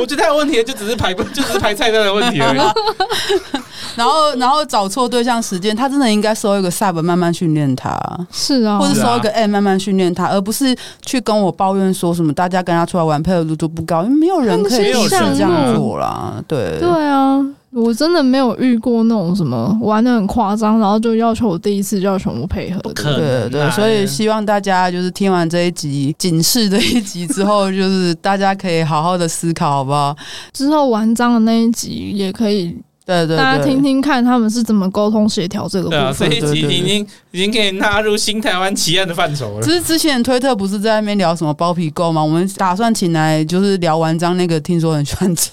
B: 我觉得它有问题的就只是排，就只是排菜单的问
A: <laughs>
B: 题而已。
A: <laughs> 然后然后找错对象时间，他真的应该收一个 sub 慢慢训练他，
C: 是啊
A: 或，者
B: 是啊
A: 收一个 M 慢慢训练他，而不是去跟我抱怨说什么大家跟他出来玩配合度都不高，因为没有人可以一直这样做啦。对
C: 对啊，我真的没有遇过那种什么玩的很夸张，然后就要求我第一次就要全部配合的。
B: 可
A: 对
B: 能
A: 对，
B: 啊
A: 所以希望大家就是听完这一集警示的一集之后，就是大家可以好好的思考，好不好？
C: 之后玩章的那一集也可以，
A: 对对
C: 大家
A: 对。
C: 听听看他们是怎么沟通协调这个部
B: 对啊，
C: 分。
B: 这一集
A: 对对对
B: 已经已经可以纳入新台湾奇案的范畴了
A: 只。是之前推特不是在那边聊什么包皮垢吗？我们打算请来就是聊完章那个，听说很喜欢吃。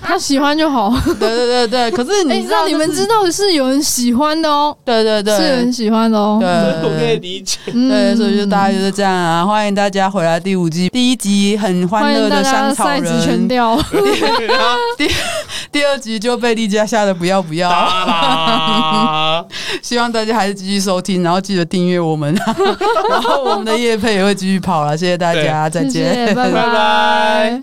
C: 他喜欢就好。
A: 对对对对，可是
C: 哎，
A: 你知道、
C: 让你们
A: 就是
C: 知道是有人喜欢的哦，
A: 对对
C: 是有
A: 对
C: 人喜欢的哦。
A: 对，
B: 我可以理
A: <laughs>
B: 解。
C: 嗯
A: 对，所以就大家就是这样啊，欢迎大家回来第五季第一集很欢
C: 欢
A: 乐
C: 迎大
A: 的
C: 家
A: 香草
C: 赛子全
A: 人，
C: 掉。
B: 然后
A: 第二集就被丽佳吓得不要不要，
B: 哒啦，
A: 希望大家还是继续收听，然后记得订阅我们，啊
C: <laughs>
A: 然后我们的夜配也会继续跑了，谢谢大家，再见。
C: 谢
A: <laughs>
C: 谢拜
B: 拜拜。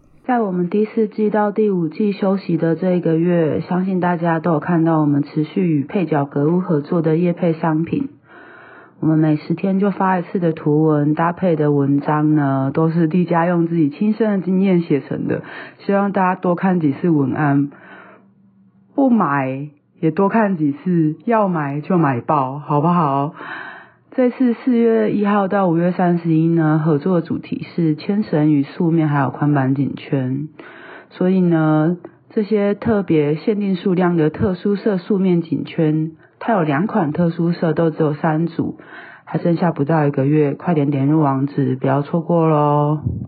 D: 在我们第四季到第五季休息的这一个月，相信大家都有看到我们持续与配角格物合作的业配商品。我们每十天就发一次的图文，搭配的文章呢，都是蒂佳用自己亲身的经验写成的，希望大家多看几次文案，不买也多看几次，要买就买爆，好不好？这次四月一号到五月三十一呢，合作的主题是牵绳与素面，还有宽版颈圈。所以呢，这些特别限定数量的特殊色素面颈圈，它有两款特殊色，都只有三组，还剩下不到一个月，快点点入网址，不要错过喽！